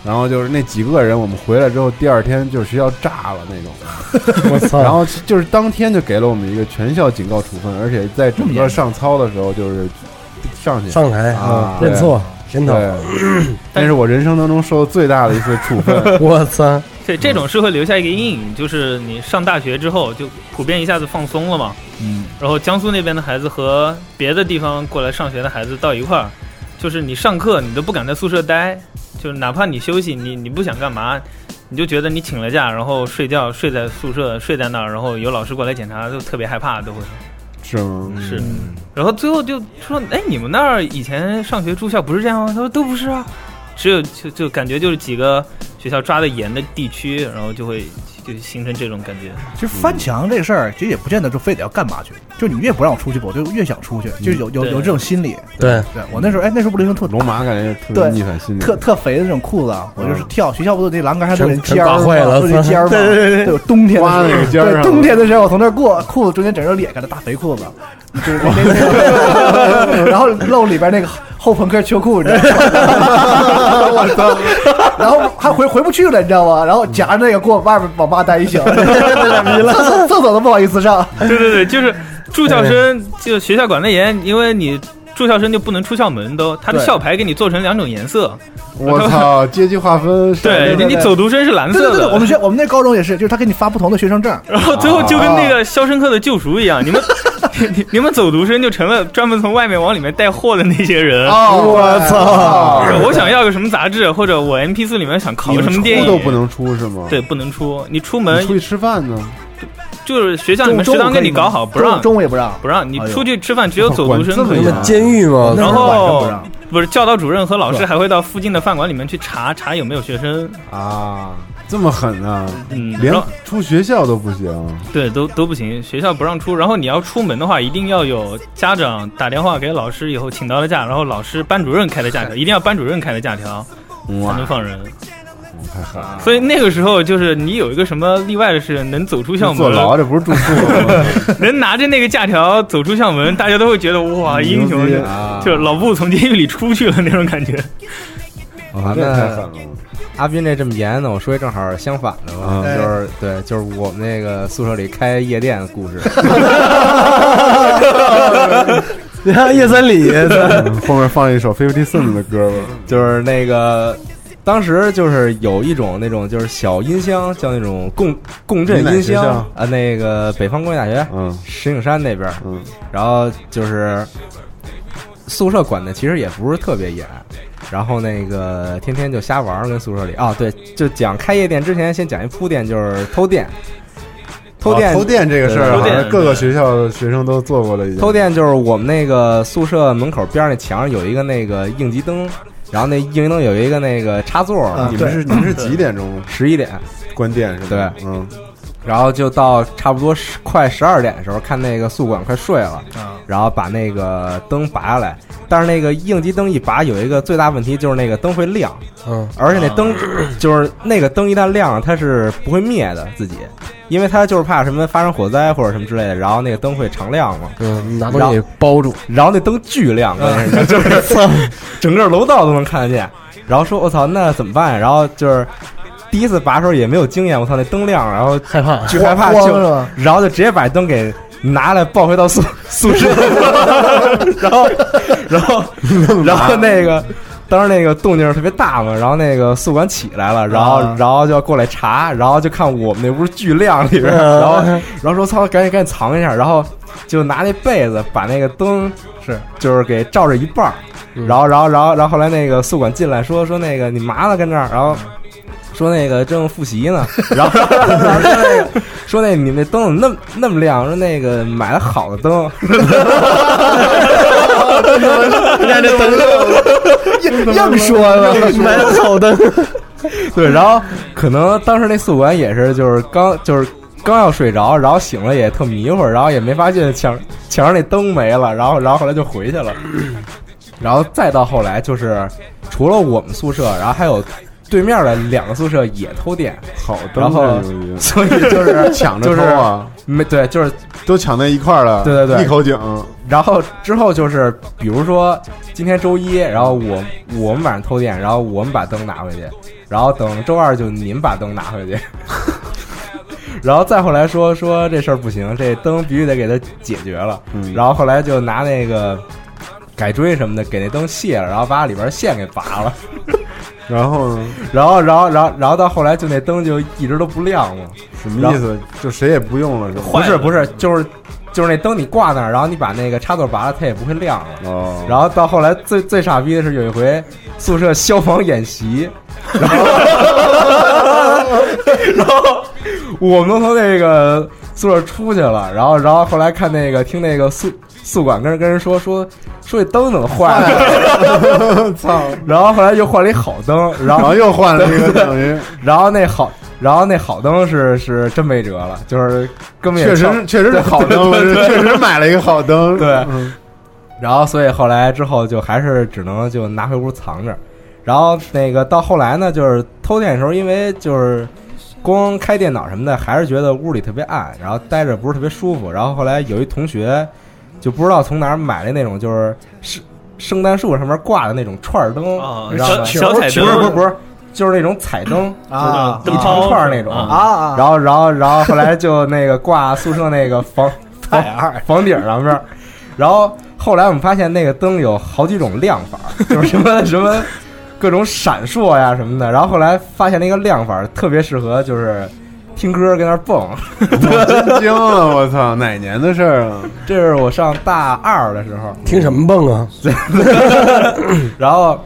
S8: 然后就是那几个人，我们回来之后，第二天就是学校炸了那种，
S4: 我操
S8: 然后就是当天就给了我们一个全校警告处分，而且在整个上操的时候就是上去
S4: 上台
S8: 啊
S4: 啊，认错
S8: 对
S4: 检讨
S8: 对 (clears throat) 那是我人生当中受的最大的一次处
S11: (laughs)
S8: 分。
S4: 我操！
S11: 对，这种是会留下一个阴影，就是你上大学之后就普遍一下子放松了嘛。
S1: 嗯，
S11: 然后江苏那边的孩子和别的地方过来上学的孩子到一块儿，就是你上课你都不敢在宿舍待，就是哪怕你休息，你你不想干嘛，你就觉得你请了假，然后睡觉睡在宿舍睡在那儿，然后有老师过来检查，就特别害怕，都会。
S8: 是吗？
S11: 是然后最后就说：“哎，你们那儿以前上学住校不是这样吗？”他说：“都不是啊，只有就就感觉就是几个学校抓的严的地区，然后就会就形成这种感觉。
S1: 其实翻墙这事儿，其实也不见得说非得要干嘛去，就你越不让我出去，我就越想出去，就有有
S11: 对
S1: 有这种心理。
S4: 对
S1: 对我那时候哎，那时候不流行特
S8: 龙马感觉特别
S1: 对
S8: 逆反心理，
S1: 特特肥的那种裤子啊，我就是跳学校不都那栏杆上都
S8: 全
S1: 有那尖
S8: 全
S1: 儿
S8: 刮
S1: 吗，
S8: 坏了
S1: 都有那尖儿吗？
S8: (laughs) 对对对对
S1: 有冬天的时
S8: 刮
S1: 候
S8: 那个尖儿啊
S1: 对
S8: 上
S1: 冬天的时候我从那儿过，裤子中间整个裂开了，大肥裤子，就是那
S8: (laughs)
S1: 那然后露里边那个后朋克秋裤，你知道吗？我操！
S8: (laughs)
S1: 然后还回回不去了，你知道吗？然后夹着那个过外边网吧待一
S8: (laughs)
S1: 宿，厕所厕所都不好意思上。
S11: 对对对，就是住校生，就学校管得严，因为你住校生就不能出校门都，他的
S8: 对
S11: 校牌给你做成两种颜色。
S8: 我操，阶级划分是
S11: (laughs) 对你你走读生是蓝色的
S1: 对对对，我们学我们那高中也是，就是他给你发不同的学生证，
S11: 然后最后就跟那个《肖申克的救赎》一样，你们 (laughs) 你你你们走读生就成了专门从外面往里面带货的那些人。
S8: 哦
S11: 啊
S8: 我操
S11: 不是我想要个什么杂志，或者我 M P 四里面想考
S8: 你
S11: 个
S8: 们
S11: 什么电
S8: 出
S11: 影，
S8: 都不能出是吗？
S11: 对，不能出。你出
S8: 你
S11: 门
S8: 出去吃饭呢？
S11: 就是学校里面
S1: 中
S11: 食
S1: 午
S11: 堂给你
S1: 可以吗
S11: 搞好，不
S1: 中午
S11: 让
S1: 中午也不让
S11: 不让你
S1: 哎呦
S11: 出去吃饭，只有走读生可以
S4: 管这么。严监狱吗
S2: 哦
S4: 那
S11: 然
S4: 晚上不
S11: 后
S4: 让
S11: 不是教导主任和老师还会到附近的饭馆里面去查查有没有学生，
S8: 啊，这么狠啊！
S11: 嗯
S8: 连
S11: 然后
S8: 出学校都不行。
S11: 对，都都不行，学校不让出。然后你要出门的话，一定要有家长打电话给老师，以后请到了假，然后老师班主任开的假
S4: (laughs)
S11: 条，一定要班主任开的假条才能放人。
S8: 太狠了！
S11: 所以那个时候就是你有一个什么例外的是能走出校门，
S8: 坐牢这不是住宿吗？
S11: (laughs) 能拿着那个假条走出校门，大家都会觉得哇，英雄
S8: 牛逼啊
S11: 就是老布从监狱里出去了那种感觉。
S2: 啊，
S11: 这太狠
S2: 那
S11: 了
S2: 阿斌这这么严呢，我说一正好相反的吧，
S4: 啊
S11: 嗯
S2: 就是对，就是我们那个宿舍里开夜店的故事。 (laughs)
S4: 你看夜三里，
S8: 嗯后面放一首 Fifty Cent 的歌吧，
S2: 就是那个。当时就是有一种那种就是小音箱，叫那种共共振音
S8: 你哪学
S2: 箱
S8: 校
S2: 啊，那个北方工业大学，嗯，石景山那边，
S8: 嗯，
S2: 然后就是宿舍管的其实也不是特别严，然后那个天天就瞎
S4: 哦
S2: 玩儿，跟宿舍里啊，对，就讲开夜店之前先讲一铺垫，就是偷电。
S15: 哦
S4: 偷电
S8: 啊偷电这个事儿，
S4: 对
S8: 好
S4: 偷
S8: 像
S4: 电
S8: 各个学校的学生都做过了，已经。
S4: 偷电就是我们那个宿舍门口边儿那墙上有一个那个应急灯，然后那应急灯有一个那个插座。
S8: 啊
S4: 你
S8: 对
S4: 们是
S8: 你们是几点钟？
S4: (laughs) 十一点
S8: 关电是吧？
S4: 对，
S8: 嗯。
S4: 然后就 (laughs) 到差不多十快十二点的时候，看那个宿管快睡了，
S11: 啊
S4: 然后把那个灯拔下来。但是那个应急灯一拔，有一个最大问题就是那个灯会亮，
S15: 嗯，
S4: 而且那灯 (clears throat) 就是那个灯一旦亮了，它是不会灭的自己，因为它就是怕什么发生火灾或者什么之类的，然后那个灯会常亮嘛。
S15: 嗯，拿
S4: 然
S15: 东
S4: 后
S15: 西包住，
S4: 然后那灯巨亮，关
S15: 嗯
S4: 键是就是操整个楼道都能看得见。然后说我操，那怎么办呀？然后就是第一次拔的时候也没有经验，我操，那灯亮，然后
S15: 害怕
S4: 巨害怕，
S15: 慌
S4: 就
S15: 了是吧
S4: 然后就直接把灯给拿来抱回到宿宿舍，然后 (laughs) 然后然后那个。当时那个动静儿特别大嘛，然后那个宿管起来了，然后、
S15: 啊
S4: 然后就要过来查，然后就看我们那屋巨亮里边儿，
S15: 嗯
S4: 然后然后说操，赶紧赶紧藏一下，然后就拿那被子把那个灯是就是给罩着一半儿，然后然后然后然后后来那个宿管进来说说那个你嘛呢跟这儿，然后说那个正复习呢， (laughs) 然后然后然后说那个说那你们那灯怎么那么那么亮？说那个买了好
S15: (laughs)
S4: 的灯，
S15: 你看这
S4: 灯
S15: 灯硬说了买了好灯。
S4: (laughs) 对，然后可能当时那宿管也是，就是刚就是刚要睡着，然后醒了也特迷糊，然后也没发现墙墙上那灯没了，然后然后后来就回去了，然后再到后来就是除了我们宿舍，然后还有。对面的两个宿舍也偷电，好
S8: 灯
S4: 然后
S8: 这个
S4: 所以就是
S8: (laughs) 抢着偷啊，
S4: 就是、没对，就是
S8: 都抢在一块儿了，
S4: 对对对，
S8: 一口井。
S4: 然后之后就是，比如说今天周一，然后我我们晚上偷电，然后我们把灯拿回去，然后等周二就您把灯拿回去， (laughs) 然后再后来说说这事儿不行，这灯必须得给它解决了。
S8: 嗯
S4: 然后后来就拿那个改锥什么的给那灯卸了，然后把里边线给拔了。
S8: 然后呢？
S4: 然后，然后，然后，然后到后来就那灯就一直都不亮嘛，
S8: 什么意思？就谁也不用了是吧？
S4: 不是不是，就是就是那灯你挂那儿，然后你把那个插座拔了，它也不会亮了。
S8: 哦，
S4: 然后到后来最最傻逼的是有一回宿舍消防演
S8: (laughs)
S4: 习，然后然后我们从那个宿舍出去了，然后然后后来看那个听那个宿宿管跟人跟人说说说这灯怎么坏
S8: (laughs)
S4: 了，操！ (laughs) 然后后来又换了一好灯，然
S8: 然
S4: 后
S8: 后又换了一
S4: 对
S8: 个等于
S4: 然后那好。然后那好灯是是真没辙了，就是根本也
S8: 确实
S4: 撬
S8: 是确实是
S4: 对
S8: 好
S4: 对对
S8: 灯我是
S4: 对
S8: 确实买了一个好灯
S4: 对，
S8: 嗯
S4: 然后所以后来之后就还是只能就拿回屋藏着，然后那个到后来呢，就是偷电的时候，因为就是光开电脑什么的，还是觉得屋里特别暗，然后待着不是特别舒服。然后后来有一同学就不知道从哪儿买了那种就是圣圣诞树上面挂的那种串儿灯，
S11: 哦
S4: 你知道吧
S11: 小小彩灯
S4: 不是不是不是。就是那种彩灯
S11: 啊
S4: 就是一长串儿那种
S11: 啊
S4: 啊，然后然后然后后来就那个挂宿舍那个房房房顶上面，然后后来我们发现那个灯有好几种亮法，就是什么什么各种闪烁呀什么的。然后后来发现了一个亮法特别适合就是听歌跟那儿蹦。
S8: 我真惊了，我操，哪年的事儿啊？
S4: 这是我上大二的时候，
S15: 听什么蹦啊？
S4: 然后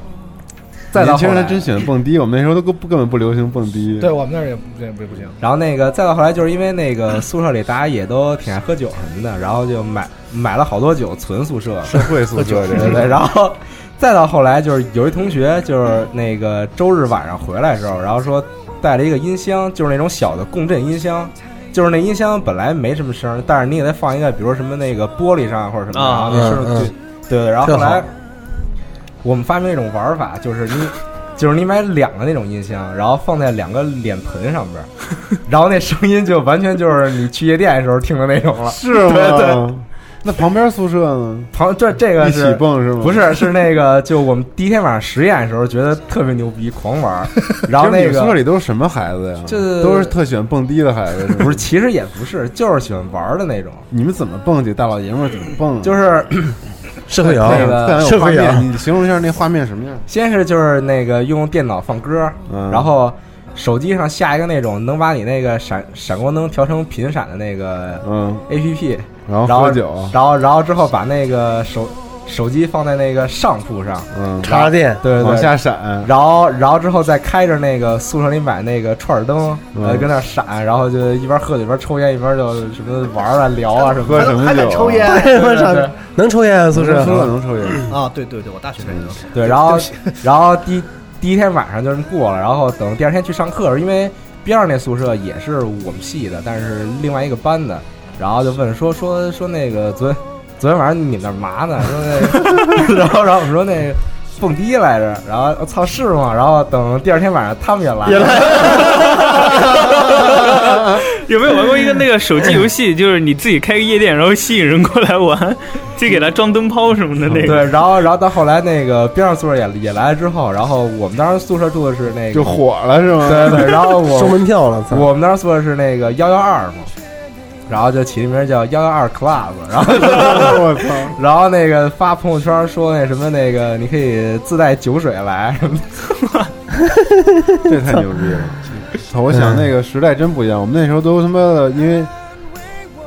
S4: 再到
S8: 年
S4: 后
S8: 轻
S4: 来
S8: 人真喜欢蹦迪，我们那时候都根根本不流行蹦迪。
S7: 对我们那儿也也不不行。
S4: 然后那个再到后来，就是因为那个宿舍里大家也都挺爱喝酒什么的，然后就买买了好多酒存宿舍，
S8: 社会宿舍这
S4: 对
S8: 是
S4: 对对。然后再到后来，就是有一同学就是那个周日晚上回来的时候，然后说带了一个音箱，就是那种小的共振音箱。就是那音箱本来没什么声儿，但是你给它放一个，比如说什么那个玻璃上或者什么，然
S15: 啊
S4: 后 (laughs) 那声儿
S15: 嗯
S4: 就
S15: 嗯
S4: 对对。然后后
S15: 特好
S4: 来我们发明一种玩法，就是你就是你买两个那种音箱，然后放在两个脸盆上边儿，然后那声音就完全就是你去夜店的时候听的那种了，
S8: 是吗？
S4: 对对，
S8: 那旁边宿舍呢？
S4: 旁这这个
S8: 一
S4: 是
S8: 起蹦是吗？
S4: 不是，是那个，就我们第一天晚上实验的时候，觉得特别牛逼，狂
S8: (laughs)
S4: 玩儿。然后
S8: 就是你
S4: 那
S8: 们宿舍
S4: 个
S8: 里都是什么孩子呀？
S4: 这
S8: 都是特喜欢蹦迪的孩子，是吗
S4: 不是，其实也不是，就是喜欢玩儿的那种。
S8: 你们怎么蹦去？大老爷们儿怎么蹦啊？
S4: 就是社会摇
S8: 那个特别有
S4: 社
S8: 画
S4: 会摇
S8: 面你形容一下那画面什么样？
S4: 先是就是那个用电脑放歌，
S8: 嗯
S4: 然后手机上下一个那种能把你那个闪闪光灯调成频闪的那个
S8: 嗯
S4: A P P，
S8: 然后
S4: 然后
S2: 啊
S8: 喝酒
S4: 然后然后之后把那个手
S2: 手机放在那个上铺上，嗯
S4: 插电
S2: 对对对，
S4: 往下
S2: 闪，然后然后之后再开着那个宿舍里买那个串儿灯，
S8: 嗯
S2: 呃，跟那儿闪，然后就一边喝酒一边抽烟，一边就什么玩儿啊、聊啊什么
S4: 对
S2: 的，对
S4: 我
S2: 对
S4: 操
S2: 对
S4: 能抽烟啊，宿舍
S2: 能抽能抽烟
S1: 啊，对对对，我大学时候也能抽。
S2: 对，然后然后第第一天晚上就这么过了，然后等第二天去上课，因为边上那宿舍也是我们系的，但是另外一个班的，然后就问说说说那个昨天昨天晚上你们那儿嘛呢？说那个，然后然后我们说那个蹦迪来着，然后我操是吗？然后等第二天晚上他们也来了，
S4: (laughs)
S11: (laughs) 有没有玩过一个那个手机游戏，就是你自己开个夜店，然后吸引人过来
S4: (laughs)
S11: 玩，自己给他装灯泡什么的那个？
S2: 对，然后然后到后来那个边上宿舍也也来了之后，然后我们当时宿舍住的是那个
S8: 就火了是吗
S2: 对对，然后我
S4: 收门票了操
S2: 我们当时宿舍是那个幺幺二嘛，然后就起名叫幺幺二 club，然后
S8: (laughs)
S2: 我操，然后那个发朋友圈说那什么那个你可以自带酒水来什么的，
S8: 这太牛逼了！操我想那个时代真不一样，我们那时候都他妈的，因为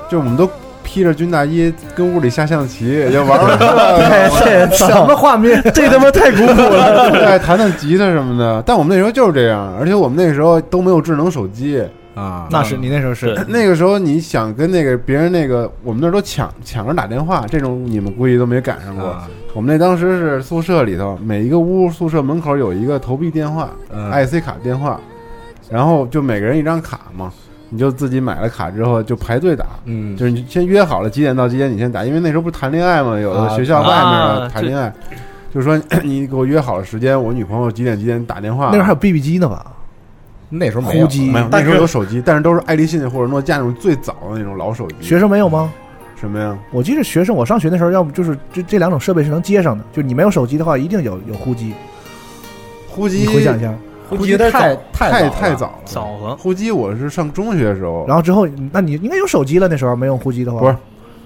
S8: 就我们都披着军大衣跟屋里下象棋，就玩玩
S2: (laughs)
S4: 对这什么
S1: 画面？
S4: 这他妈太古朴了
S8: (laughs) 对，弹弹吉他什么的。但我们那时候就是这样，而且我们那时候都没有智能手机
S2: 啊
S1: (laughs) 那是你那时候是
S8: 那个时候你想跟那个别人那个，我们那儿都抢抢着打电话，这种你们估计都没赶上过。
S4: 啊
S8: 我们那当时是宿舍里头，每一个屋宿舍门口有一个投币电话、
S2: 嗯
S8: i c 卡电话，然后就每个人一张卡嘛。你就自己买了卡之后就排队打，
S2: 嗯，
S8: 就是你先约好了几点到几点你先打，因为那时候不是谈恋爱嘛，有的
S2: 啊
S8: 学校外面
S2: 啊
S8: 谈恋爱，
S2: 这
S8: 就是说你 (coughs) 给我约好了时间，我女朋友几点几点打电话。
S1: 那时候还有 BB 机呢吧？
S2: 那时候
S1: 呼机
S8: 没有，
S1: 但是
S8: 啊那时候有手机，但是都是爱立信或者诺基亚那种最早的那种老手机。
S1: 学生没有吗？
S8: 什么呀？
S1: 我记得学生，我上学那时候，要不就是这这两种设备是能接上的，就你没有手机的话，一定有有呼机。
S8: 呼机，
S1: 你回想一下，
S8: 呼机太太太早了，
S11: 早了。
S8: 呼机我是上中学的时候，
S1: 然后之后，那你应该有手机了，那时候没用呼机的话，
S8: 不是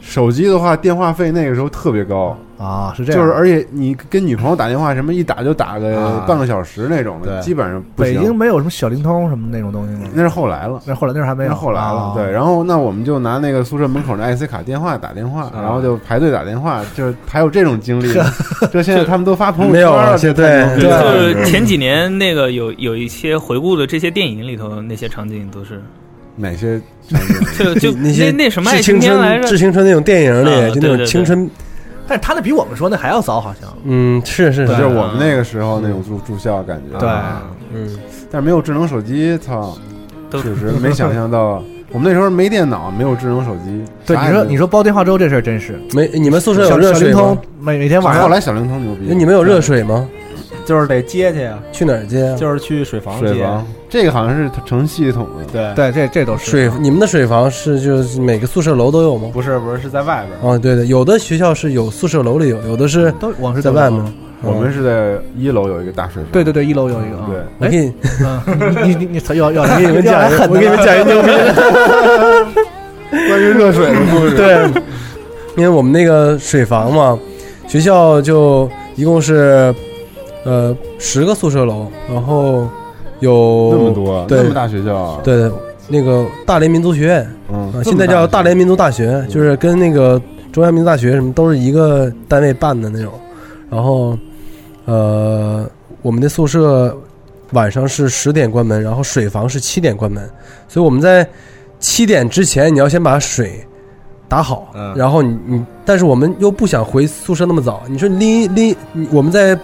S8: 手机的话，电话费那个时候特别高
S1: 啊，是这样
S8: 就是而且你跟女朋友打电话什么，一打就打个
S1: 啊
S8: 半个小时那种的，
S1: 对
S8: 基本上不
S1: 北
S8: 行。
S1: 京没有什么小灵通什么那种东西吗？
S8: 那是后来了，
S1: 那后来那时候还没有，
S8: 那后来了
S1: 啊，
S8: 对，然后那我们就拿那个宿舍门口的 IC 卡电话打电
S1: 啊
S8: 话，然后就排队打电话，就是还有这种
S1: (laughs)
S8: 经历，这现在他们都发朋友圈了，太牛逼了
S11: 就是前几年那个有有一些回顾的这些电影里头那些场景都是，
S8: 哪些
S11: 就 (laughs) 就
S4: 那些
S11: 那那什么
S4: 致
S11: 爱
S4: 青
S11: 情片
S4: 春
S11: 来着
S4: 致青春那种电影
S11: 啊
S4: 里，就那
S11: 对对
S4: 种
S11: 对
S4: 青春，
S1: 但是他那比我们说那还要早，好像。
S4: 嗯，是是是，
S8: 就是我们那个时候那种住住校感觉。
S1: 对
S4: 嗯，
S8: 但是没有智能手机，操，
S11: 确
S8: 实没想象到。我们那时候没电脑，没有智能手机。
S1: 对，
S8: 啥
S1: 你
S8: 也没
S1: 说
S8: 有
S1: 你说煲电话粥这事儿真是
S4: 没你们宿舍有
S1: 小
S4: 热水
S1: 小灵
S4: 吗
S1: 通每每天晚上
S8: 后来小灵通牛逼，
S4: 你们有热水吗？
S2: 就是得接去啊，
S4: 去哪儿接啊？
S2: 就是去水房
S8: 水
S2: 接，
S8: 房，这个好像是成系统的。
S4: 对，
S2: 对
S1: 这这都
S4: 是水。你们的水房是就是每个宿舍楼都有吗？
S2: 不是不是是在外边儿，
S4: 哦，对的，有的学校是有宿舍楼里有，有的是
S1: 都我是
S4: 在外面。哦
S8: 我们是在一楼有一个大啊水房。
S1: 对对对，一楼有一个。
S8: 对，
S4: 我给你，
S1: 你你你要要
S4: 我给你们讲一个
S1: 狠的
S4: 我给你们讲一牛逼
S8: 关于热水的故事。
S4: 对，因为我们那个水房嘛，学校就一共是呃十个宿舍楼，然后有
S8: (laughs) 那么多
S4: 哦对
S8: 那么大学校啊
S4: 对，那个大连民族学院，
S8: 嗯
S4: 啊现在叫大连民族大学，就是跟那个中央民族大学什么都是一个单位办的那种。然后，呃，我们的宿舍晚上是十点关门，然后水房是七点关门，所以我们在七点之前你要先把水打好，然后你你，但是我们又不想回宿舍那么早，你说拎拎，你我们在。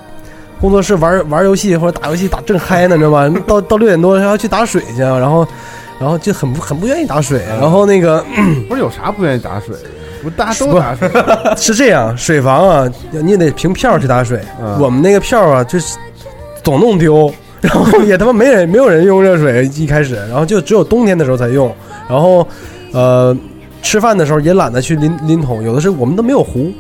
S4: 工作室玩玩游戏或者打游戏打正嗨呢，你知道吗？到到六点多还要去打水去，啊然后，然后就很不很不愿意打水，然后那个
S8: 不是有啥不愿意打水的？不是大家都
S4: 不
S8: 打水，
S4: (laughs) 是这样，水房啊，你也得凭票去打水。
S8: 嗯
S4: 我们那个票啊，就是总弄丢， (laughs) 然后也他妈没人没有人用热水一开始，然后就只有冬天的时候才用。然后，呃，吃饭的时候也懒得去拎拎桶，有的是我们都没有壶，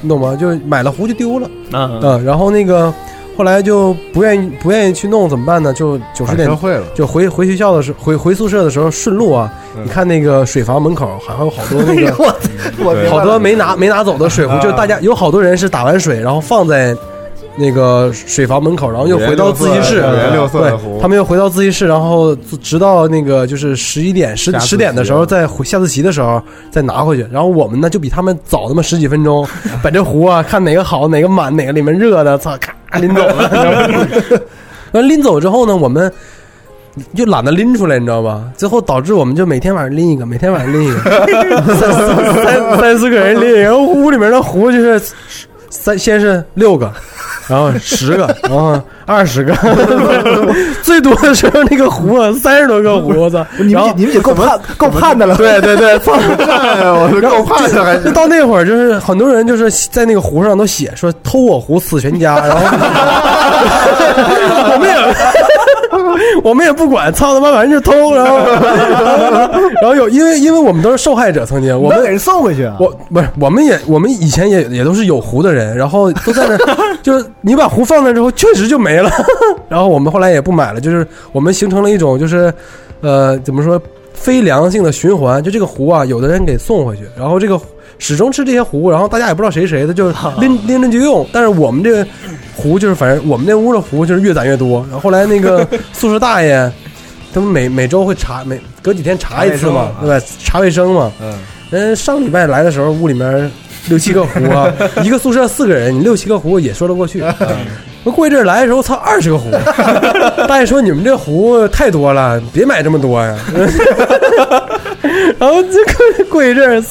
S4: 你懂吗？就是买了壶就丢了。
S11: 嗯
S4: 嗯，然后那个后来就不愿意不愿意去弄，怎么办呢？就九十点
S8: 社会了
S4: 就回回学校的时候，回回宿舍的时候顺路啊，
S8: 嗯
S4: 你看那个水房门口还还有好多那个，
S1: 我我明白了
S4: 好多没拿没拿走的水壶，
S1: 啊
S4: 就是大家有好多人是打完水然后放在那个水房门口，然后又回到自习室，
S8: 五颜六色的
S4: 对
S8: 湖
S4: 他们又回到自习室，然后直到那个就是十一点十
S8: 下自习
S4: 十点的时候，再回下自习的时候再拿回去。然后我们呢就比他们早他妈十几分
S8: (laughs)
S4: 钟，把这壶啊看哪个好，哪个满，哪个里面热的，操，咔拎走了。 (laughs) 然后拎走之后呢，我们就懒得拎出来，你知道吧？最后导致我们就每天晚上拎一个，每天晚上
S8: (laughs)
S4: 拎一个，三三三三四个人拎，然后屋里面的壶就是三，先是六个，然后十个，然后二十个， (laughs) 最多的时候那个壶
S1: (laughs)
S4: 啊三十多个壶，我操！
S1: 你们也你们也够盼够盼的了，
S4: 对对
S8: (laughs)
S4: 对，操！
S1: 我们够盼的还是
S4: (laughs) 就到那会儿，就是很多人就是在那个壶上都写说偷我壶死全家，然后 (laughs) 我们也 (laughs) 我们也不管，操他妈，反正就偷，然后然后有因为因为我们都是受害者，曾经我们
S1: 给人送回去啊，
S4: 我不是，我们也我们以前也也都是有壶的人，然后都在那儿，
S1: (laughs)
S4: 就是你把壶放那之后，确实就没了。 (laughs) 然后我们后来也不买了，就是我们形成了一种就是，呃，怎么说非良性的循环？就这个壶啊，有的人给送回去，然后这个始终吃这些壶，然后大家也不知道谁谁
S1: (laughs)
S4: 的，就
S1: 啊
S4: 拎拎着就用。但是我们这个壶就是，反正我们那屋的壶就是越攒越多。然后后来那个宿舍大爷，他们每每周会查，每隔几天查一次
S1: 查卫生
S4: 嘛，
S1: 啊
S4: 对吧？查卫生嘛，
S1: 嗯。
S4: 人呃上礼拜来的时候，屋里面六七个壶啊，一个宿舍四个人，你六七个壶也说得过去。我过一阵儿来的时候，操，二十个壶！大爷说你们这壶太多了，别买这么多呀。然后这个过一阵儿，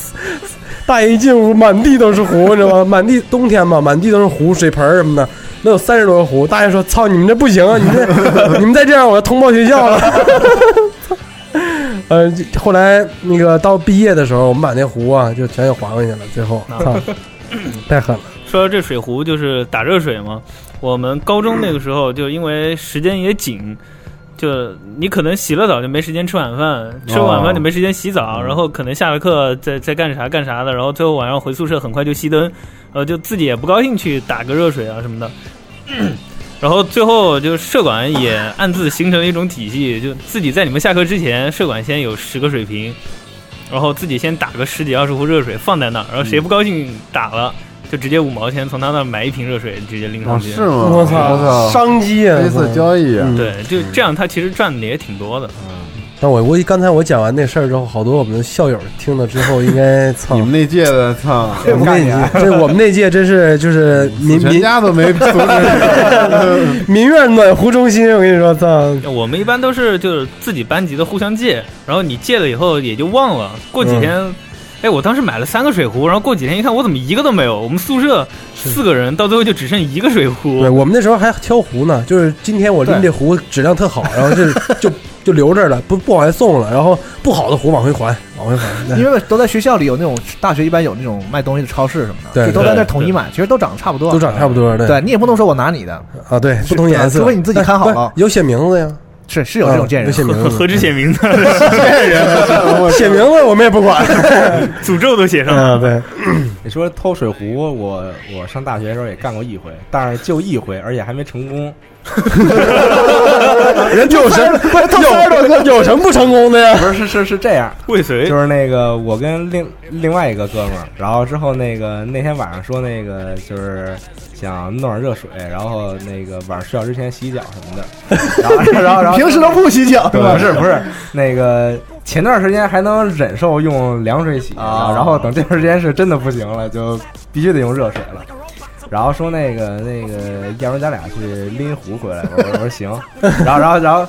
S4: 大爷一进屋，满地都是壶，你知道吗？满地冬天嘛，满地都是壶、水盆儿什么的，能有三十多个壶。大爷说：“操，你们这不行啊！你们这你们再这样，我要通报学校了。”呃，这后来那个到毕业的时候，我们把那壶啊就全给还回去了。最后，操， (clears throat) 太狠了！
S11: 说到这水壶，就是打热水嘛。我们高中那个时候，就因为时间也紧，就你可能洗了澡就没时间吃晚饭，吃完晚饭就没时间洗澡，然后可能下了课再再干啥干啥的，然后最后晚上回宿舍很快就熄灯，呃，就自己也不高兴去打个热水啊什么的。然后最后就社管也暗自形成了一种体系，就自己在你们下课之前，社管先有十个水瓶，然后自己先打个十几二十壶热水放在那儿，然后谁不高兴打了，就直接五毛钱从他那儿买一瓶热水直接拎上去。
S8: 哦是吗
S4: 我操
S8: 我操
S4: 商机啊
S8: 黑色交易啊
S4: 嗯
S11: 对，就这样，他其实赚的也挺多的。
S4: 但我估计刚才我讲完那事儿之后，好多我们的校友听了之后，应该操
S8: 你们那届的操，
S4: 我们那
S8: 啊
S4: 届，这我们那届真是就是民
S8: 全
S4: 民
S8: 家都没阻止
S4: 民院暖壶中心，我跟你说，操，
S11: 我们一般都是就是自己班级的互相借，然后你借了以后也就忘了，过几天。
S8: 嗯
S11: 哎，我当时买了三个水壶，然后过几天一看，我怎么一个都没有？我们宿舍四个人，到最后就只剩一个水壶。
S4: 对，我们那时候还挑壶呢，就是今天我拎这壶质量特好，然后 (laughs) 这就就留这儿了，不不往外送了，然后不好的壶往回还，往回还。对
S1: 因为都在学校里有那种大学一般有那种卖东西的超市什么的，
S4: 对
S1: 就都在那
S4: 对
S1: 儿统一买，其实都长得差不多，
S4: 都长差不多对
S1: 对你也不能说我拿你的，
S4: 啊，对，不同
S1: 是
S4: 颜色，
S1: 除非你自己看好了
S4: 哎不是有写名字呀，
S1: 是是有这种贱人
S4: (laughs) 啊有写名字，
S11: 何止
S8: (laughs)
S11: 写名字，
S4: 贱人， (laughs) 写名字我们也不管，
S11: (laughs) 诅咒都写上
S4: 了。对，
S2: 你说偷水壶，我我上大学的时候也干过一回，但是就一回，而且还没成功。
S4: (laughs) 人有什不是偷三十多个有什么不成功的呀？
S2: 不是是是是这样，
S11: 未遂
S2: 就是那个我跟另另外一个哥们儿，然后之后那个那天晚上说那个就是想弄点热水，然后那个晚上睡觉之前洗脚什么的， (laughs) 然后然后然后
S1: 平时都不洗脚，
S2: 对 (laughs) 不是不是，那个前段时间还能忍受用凉水洗，
S4: 啊
S2: 然后等这段时间是真的不行了，就必须得用热水了。然后说那个那个，要不然咱俩去拎壶回来。我说
S4: (laughs)
S2: 我说行。然后然后然后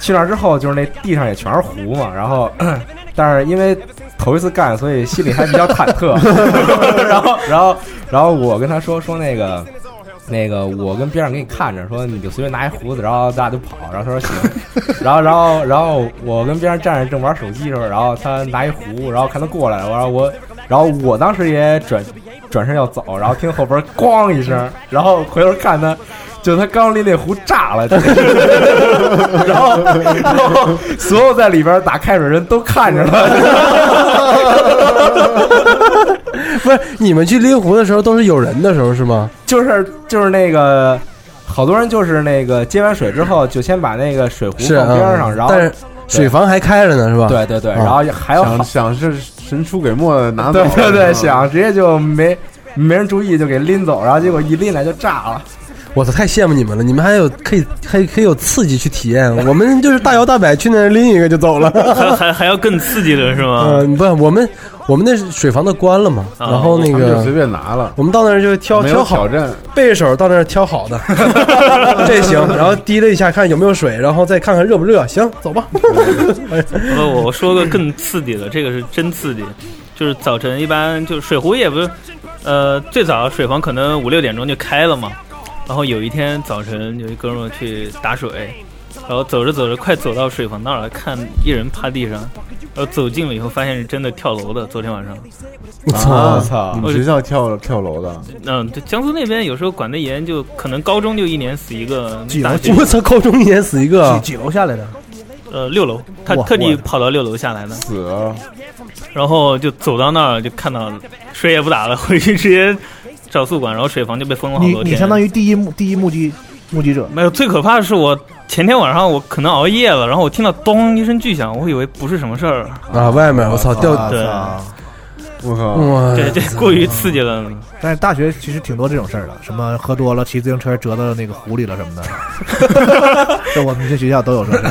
S2: 去那儿之后，就是那地上也全是壶嘛。然后 (coughs) 但是因为头一次干，所以心里还比较忐
S4: (laughs)
S2: 忑。然后然后然后我跟他说说那个。那个，我跟边上给你看着，说你就随便拿一胡子，然后咱俩就跑。然后他说行，然后然后然后我跟边上站着正玩手机的时候，然后他拿一壶，然后看他过来了，然后我然后我当时也转转身要走，然后听后边咣一声，然后回头看他，就他刚拎那壶炸了， (laughs) 然后然后所有在里边打开水人都看着了。
S4: (laughs) 不是你们去拎壶的时候都是有人的时候是吗？
S2: 就是就是那个，好多人就是那个接完水之后，就先把那个水壶
S4: 是
S2: 放边上，
S4: 嗯
S2: 然后
S4: 但是水房还开着呢是吧？
S2: 对对对，
S4: 啊
S2: 然后还有
S4: 想嗯
S2: 想是神出鬼没的拿
S8: 走
S2: 对对
S8: 是吧
S2: 对，想直接就没没人注意就给拎走，然后结果一拎来就炸了。
S4: 我操，太羡慕你们了！你们还有可以还可以有刺激去体验，我们就是大摇大摆去那儿拎一个就走了。
S11: 还还还要更刺激的是吗？
S4: 嗯，不，我们我们那水房子关了嘛，
S11: 啊
S4: 然后那
S11: 他们
S4: 个
S11: 就随
S8: 便拿了，
S4: 我们到那儿就挑
S8: 没有
S4: 哦挑好
S8: 挑战，
S4: 背着手到那儿挑好的，这行，然后滴了一下看有没有水，然后再看看热不热，行，走吧。
S11: 不，我我说个更刺激的，这个是真刺激，就是早晨一般就是水壶也不是，呃，最早水房可能五六点钟就开了嘛，然后有一天早晨有一哥们儿去打水，然后走着走着快走到水房那儿了，看一人趴地上，然后走近了以后发现是真的跳楼的，昨天晚上。
S8: 我
S11: 啊
S8: 你们
S11: 我就
S8: 学校跳跳楼的？
S11: 嗯，对，江苏那边有时候管得严，就可能高中就一年死一个，大学
S4: 我操，高中一年死一个，
S1: 几楼下来的？
S11: 呃，六楼，他
S4: 哇
S11: 特地
S4: 我的
S11: 跑到六楼下来的，
S8: 死了，
S11: 然后就走到那儿就看到水也不打了，回去直接找宿管，然后水房就被封了好
S1: 你
S11: 多
S1: 你
S11: 天。
S1: 相当于第一目第一目击目击者，
S11: 没有，最可怕的是我前天晚上我可能熬夜了，然后我听到咚一声巨响，我以为不是什么事儿，
S4: 啊，外面我操掉，
S11: 对，
S8: 我
S4: 哇
S1: 哎
S11: 对，这过于刺激了。
S1: 但是大学其实挺多这种事儿的，什么喝多了骑自行车折到那个湖里了什么的， (laughs) 这我们这学校都有这 (laughs) 事儿。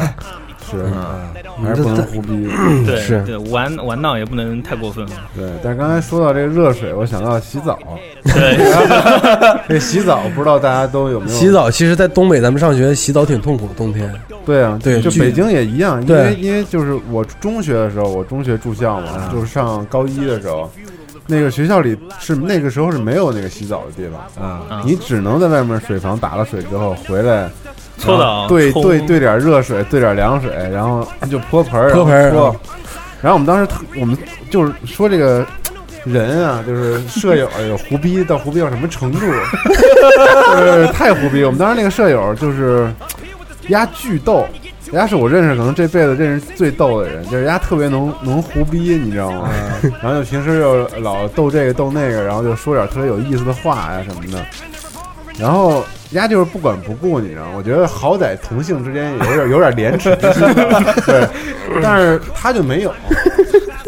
S8: 是
S1: 啊
S8: 还是不能胡逼。
S11: 对对，玩玩闹也不能太
S1: (laughs)
S11: 过分了。
S8: 对，但是刚才说到这个热水，我想到洗
S4: (laughs)
S8: 澡。
S11: 对，
S8: 这洗澡不知道大家都有没有
S4: 洗澡其实，在东北咱们上学洗澡挺痛苦的，冬天。
S8: 对啊，
S4: 对，
S8: 就
S4: 巨
S8: 北京也一样，因为
S4: 对，
S8: 因为就是我中学的时候，我中学住校
S4: 啊
S8: 嘛，就是上高一的时候，那个学校里是那个时候是没有那个洗澡的地方
S4: 啊
S11: 嗯
S8: 你只能在外面水房打了水之后回来。
S11: 搓
S8: 然
S1: 啊
S8: 后
S11: 澡
S8: 兑
S11: 冲
S8: 兑兑点热水，兑点凉水，然后就泼盆儿，
S4: 泼盆儿
S8: 然后
S4: 嗯
S8: 泼。然后我们当时特，我们就是说这个人啊，就是舍友有胡逼到胡逼到什么程度， (laughs) 就是太胡逼。我们当时那个舍友就是丫巨逗，丫是我认识可能这辈子认识最逗的人，就是丫特别能能胡逼，你知道吗？
S11: 嗯
S8: 然后就平时又老逗这个逗那个，然后就说点特别有意思的话呀、什么的。然后丫就是不管不顾，你知道吗？我觉得好歹同性之间有点有点廉耻之心，对，但是他就没有。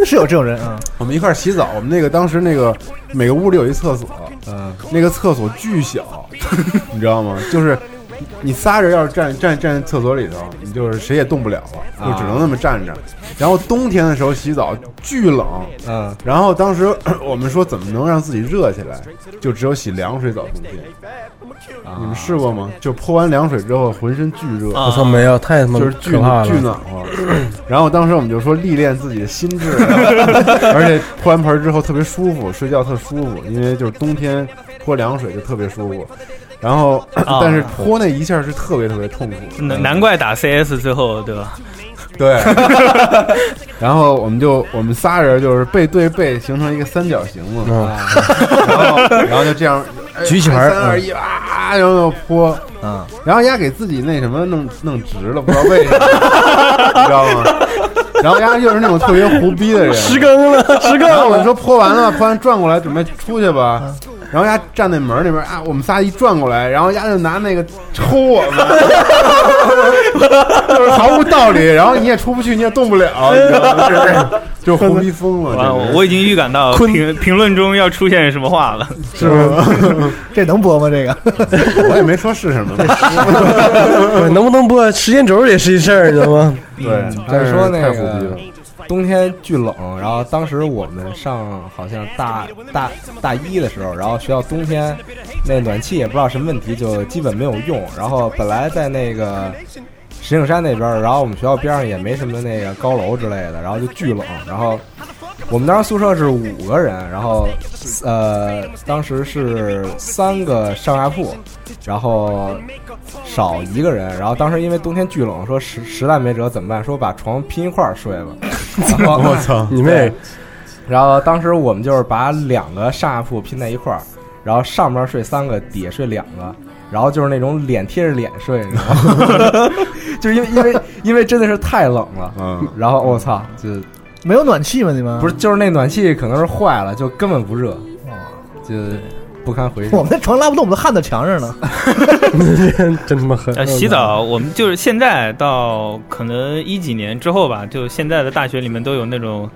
S1: 是有这种人啊。
S8: 我们一块儿洗澡，我们那个当时那个每个屋里有一厕所，嗯，那个厕所巨小， (laughs) 你知道吗？就是你仨人要是站站站厕所里头，你就是谁也动不了了，就只能那么站着。然后冬天的时候洗澡巨冷，嗯，然后当时 (coughs) 我们说怎么能让自己热起来，就只有洗凉水澡冬天。你们试过吗？就泼完凉水之后浑身巨热，
S4: 我操没有太他妈
S8: 就是巨
S4: 可怕了
S8: 巨暖和。然后当时我们就说历练自己的心智，啊 (laughs) 而且泼完盆儿之后特别舒服，睡觉特舒服，因为就是冬天泼凉水就特别舒服。然后，
S11: 啊
S8: 但是泼那一下是特别特别痛苦的，
S11: 难难怪打 CS 最后对吧？
S8: 对， (laughs) 然后我们就我们仨人就是背对背形成一个三角形嘛，然后然后就这样哎
S4: 嗯举起牌嗯儿
S8: 三二一啊，然后就泼，嗯，然后丫给自己那什么弄弄直了，不知道为什么，你知道吗？然后丫就是那种特别胡逼的人，
S4: 十更了，十更
S8: 然后我
S4: 了
S8: 们。说泼完了，泼完转过来准备出去吧。
S1: 嗯
S8: 然后丫站那门那边啊，我们仨一转过来，然后丫就拿那个抽我
S1: (laughs)
S8: 们，就是毫无道理。然后你也出不去，你也动不了，你知道吗？就是就胡逼疯了，
S11: 哇，哦
S8: 这
S11: 我我已经预感到评评论中要出现什么话了，
S8: 是吗？
S1: (laughs) 这能播吗？这个
S8: 我也没说是什么。
S4: 对能不能播时间轴也是一事儿，你知道吗？
S8: 对
S2: 还是嗯说那
S8: 太虎逼
S2: 个
S8: 了
S2: 冬天巨冷，然后当时我们上好像大大大一的时候，然后学校冬天那暖气也不知道什么问题，就基本没有用。然后本来在那个石景山那边儿，然后我们学校边上也没什么那个高楼之类的，然后就巨冷。然后我们当时宿舍是五个人，然后呃，当时是三个上下铺，然后少一个人。然后当时因为冬天巨冷，说实实在没辙怎么办？说把床拼一块儿睡 (laughs) 吧。然后
S8: 我操
S4: 你妹！
S2: 然后当时我们就是把两个上下铺拼在一块儿，然后上边睡三个，底下睡两个，然后就是那种脸贴着脸睡，你知道 (laughs) 吗？就是因为因为因为真的是太冷了，
S8: 嗯，
S2: 然后我操，就
S1: 没有暖气吗？你们
S2: 不是就是那暖气可能是坏了，就根本不热，就不堪回
S1: 我
S2: 首
S1: 们。那床拉不动，我们都焊到墙上了。
S4: 真他妈狠
S11: 呃，洗澡，我们就是现在到可能一几年之后吧，就现在的大学里面都有那种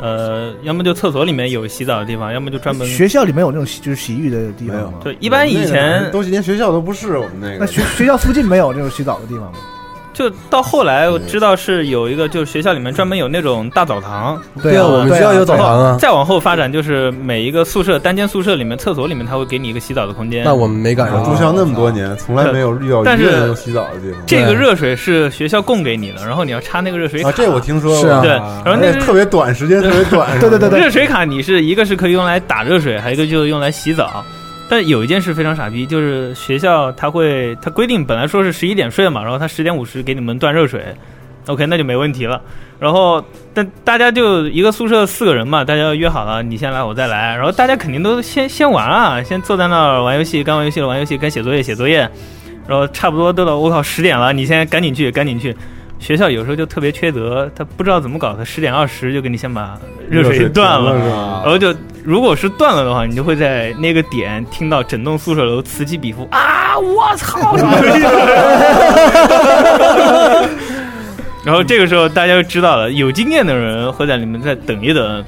S11: 呃，要么就厕所里面有洗澡的地方，要么就专门
S1: 学校里面有那种洗就是洗浴的地方吗？
S11: 对一般以前
S8: 都连学校都不是我们那个。
S1: 那学学校附近没有那种洗澡的地方吗？
S11: 就到后来我知道是有一个，就是学校里面专门有那种大澡堂。
S4: 对啊我们学校有澡堂啊
S11: 然后再往后发展，就是每一个宿舍单间宿舍里面厕所里面，它会给你一个洗澡的空间。
S4: 那我们没赶上
S8: 住啊校那么多年，从来没有遇到
S11: 但
S8: 一个人有
S11: 是
S8: 洗澡的地方。
S11: 这个热水是学校供给你的，然后你要插那个热水卡。
S8: 啊，这我听说过
S11: 对，
S4: 啊
S11: 然后
S8: 而
S11: 那
S4: 哎
S8: 且
S11: 个
S8: 特别短，时间特别短。
S11: 热水卡你是一个是可以用来打热水，还有一个就是用来洗澡。但有一件事非常傻逼，就是学校它会它规定本来说是十一点睡嘛，然后它十点五十给你们断热水，OK 那就没问题了。然后但大家就一个宿舍四个人嘛，大家约好了你先来我再来，然后大家肯定都先先玩啊，先坐在那儿玩游戏，该玩游戏了玩游戏，该写作业写作业。然后差不多都到我靠十点了，你现在赶紧去，赶紧去。学校有时候就特别缺德，他不知道怎么搞，他十点二十就给你先把热
S8: 热水
S11: 水断了
S8: 断了是吧，
S2: 哦
S11: 然后就如果是断了的话，你就会在那个点听到整栋宿舍楼此起彼伏啊，啊！我 (laughs) 操！然后这个时候大家就知道了，有经验的人会在里面再等一等，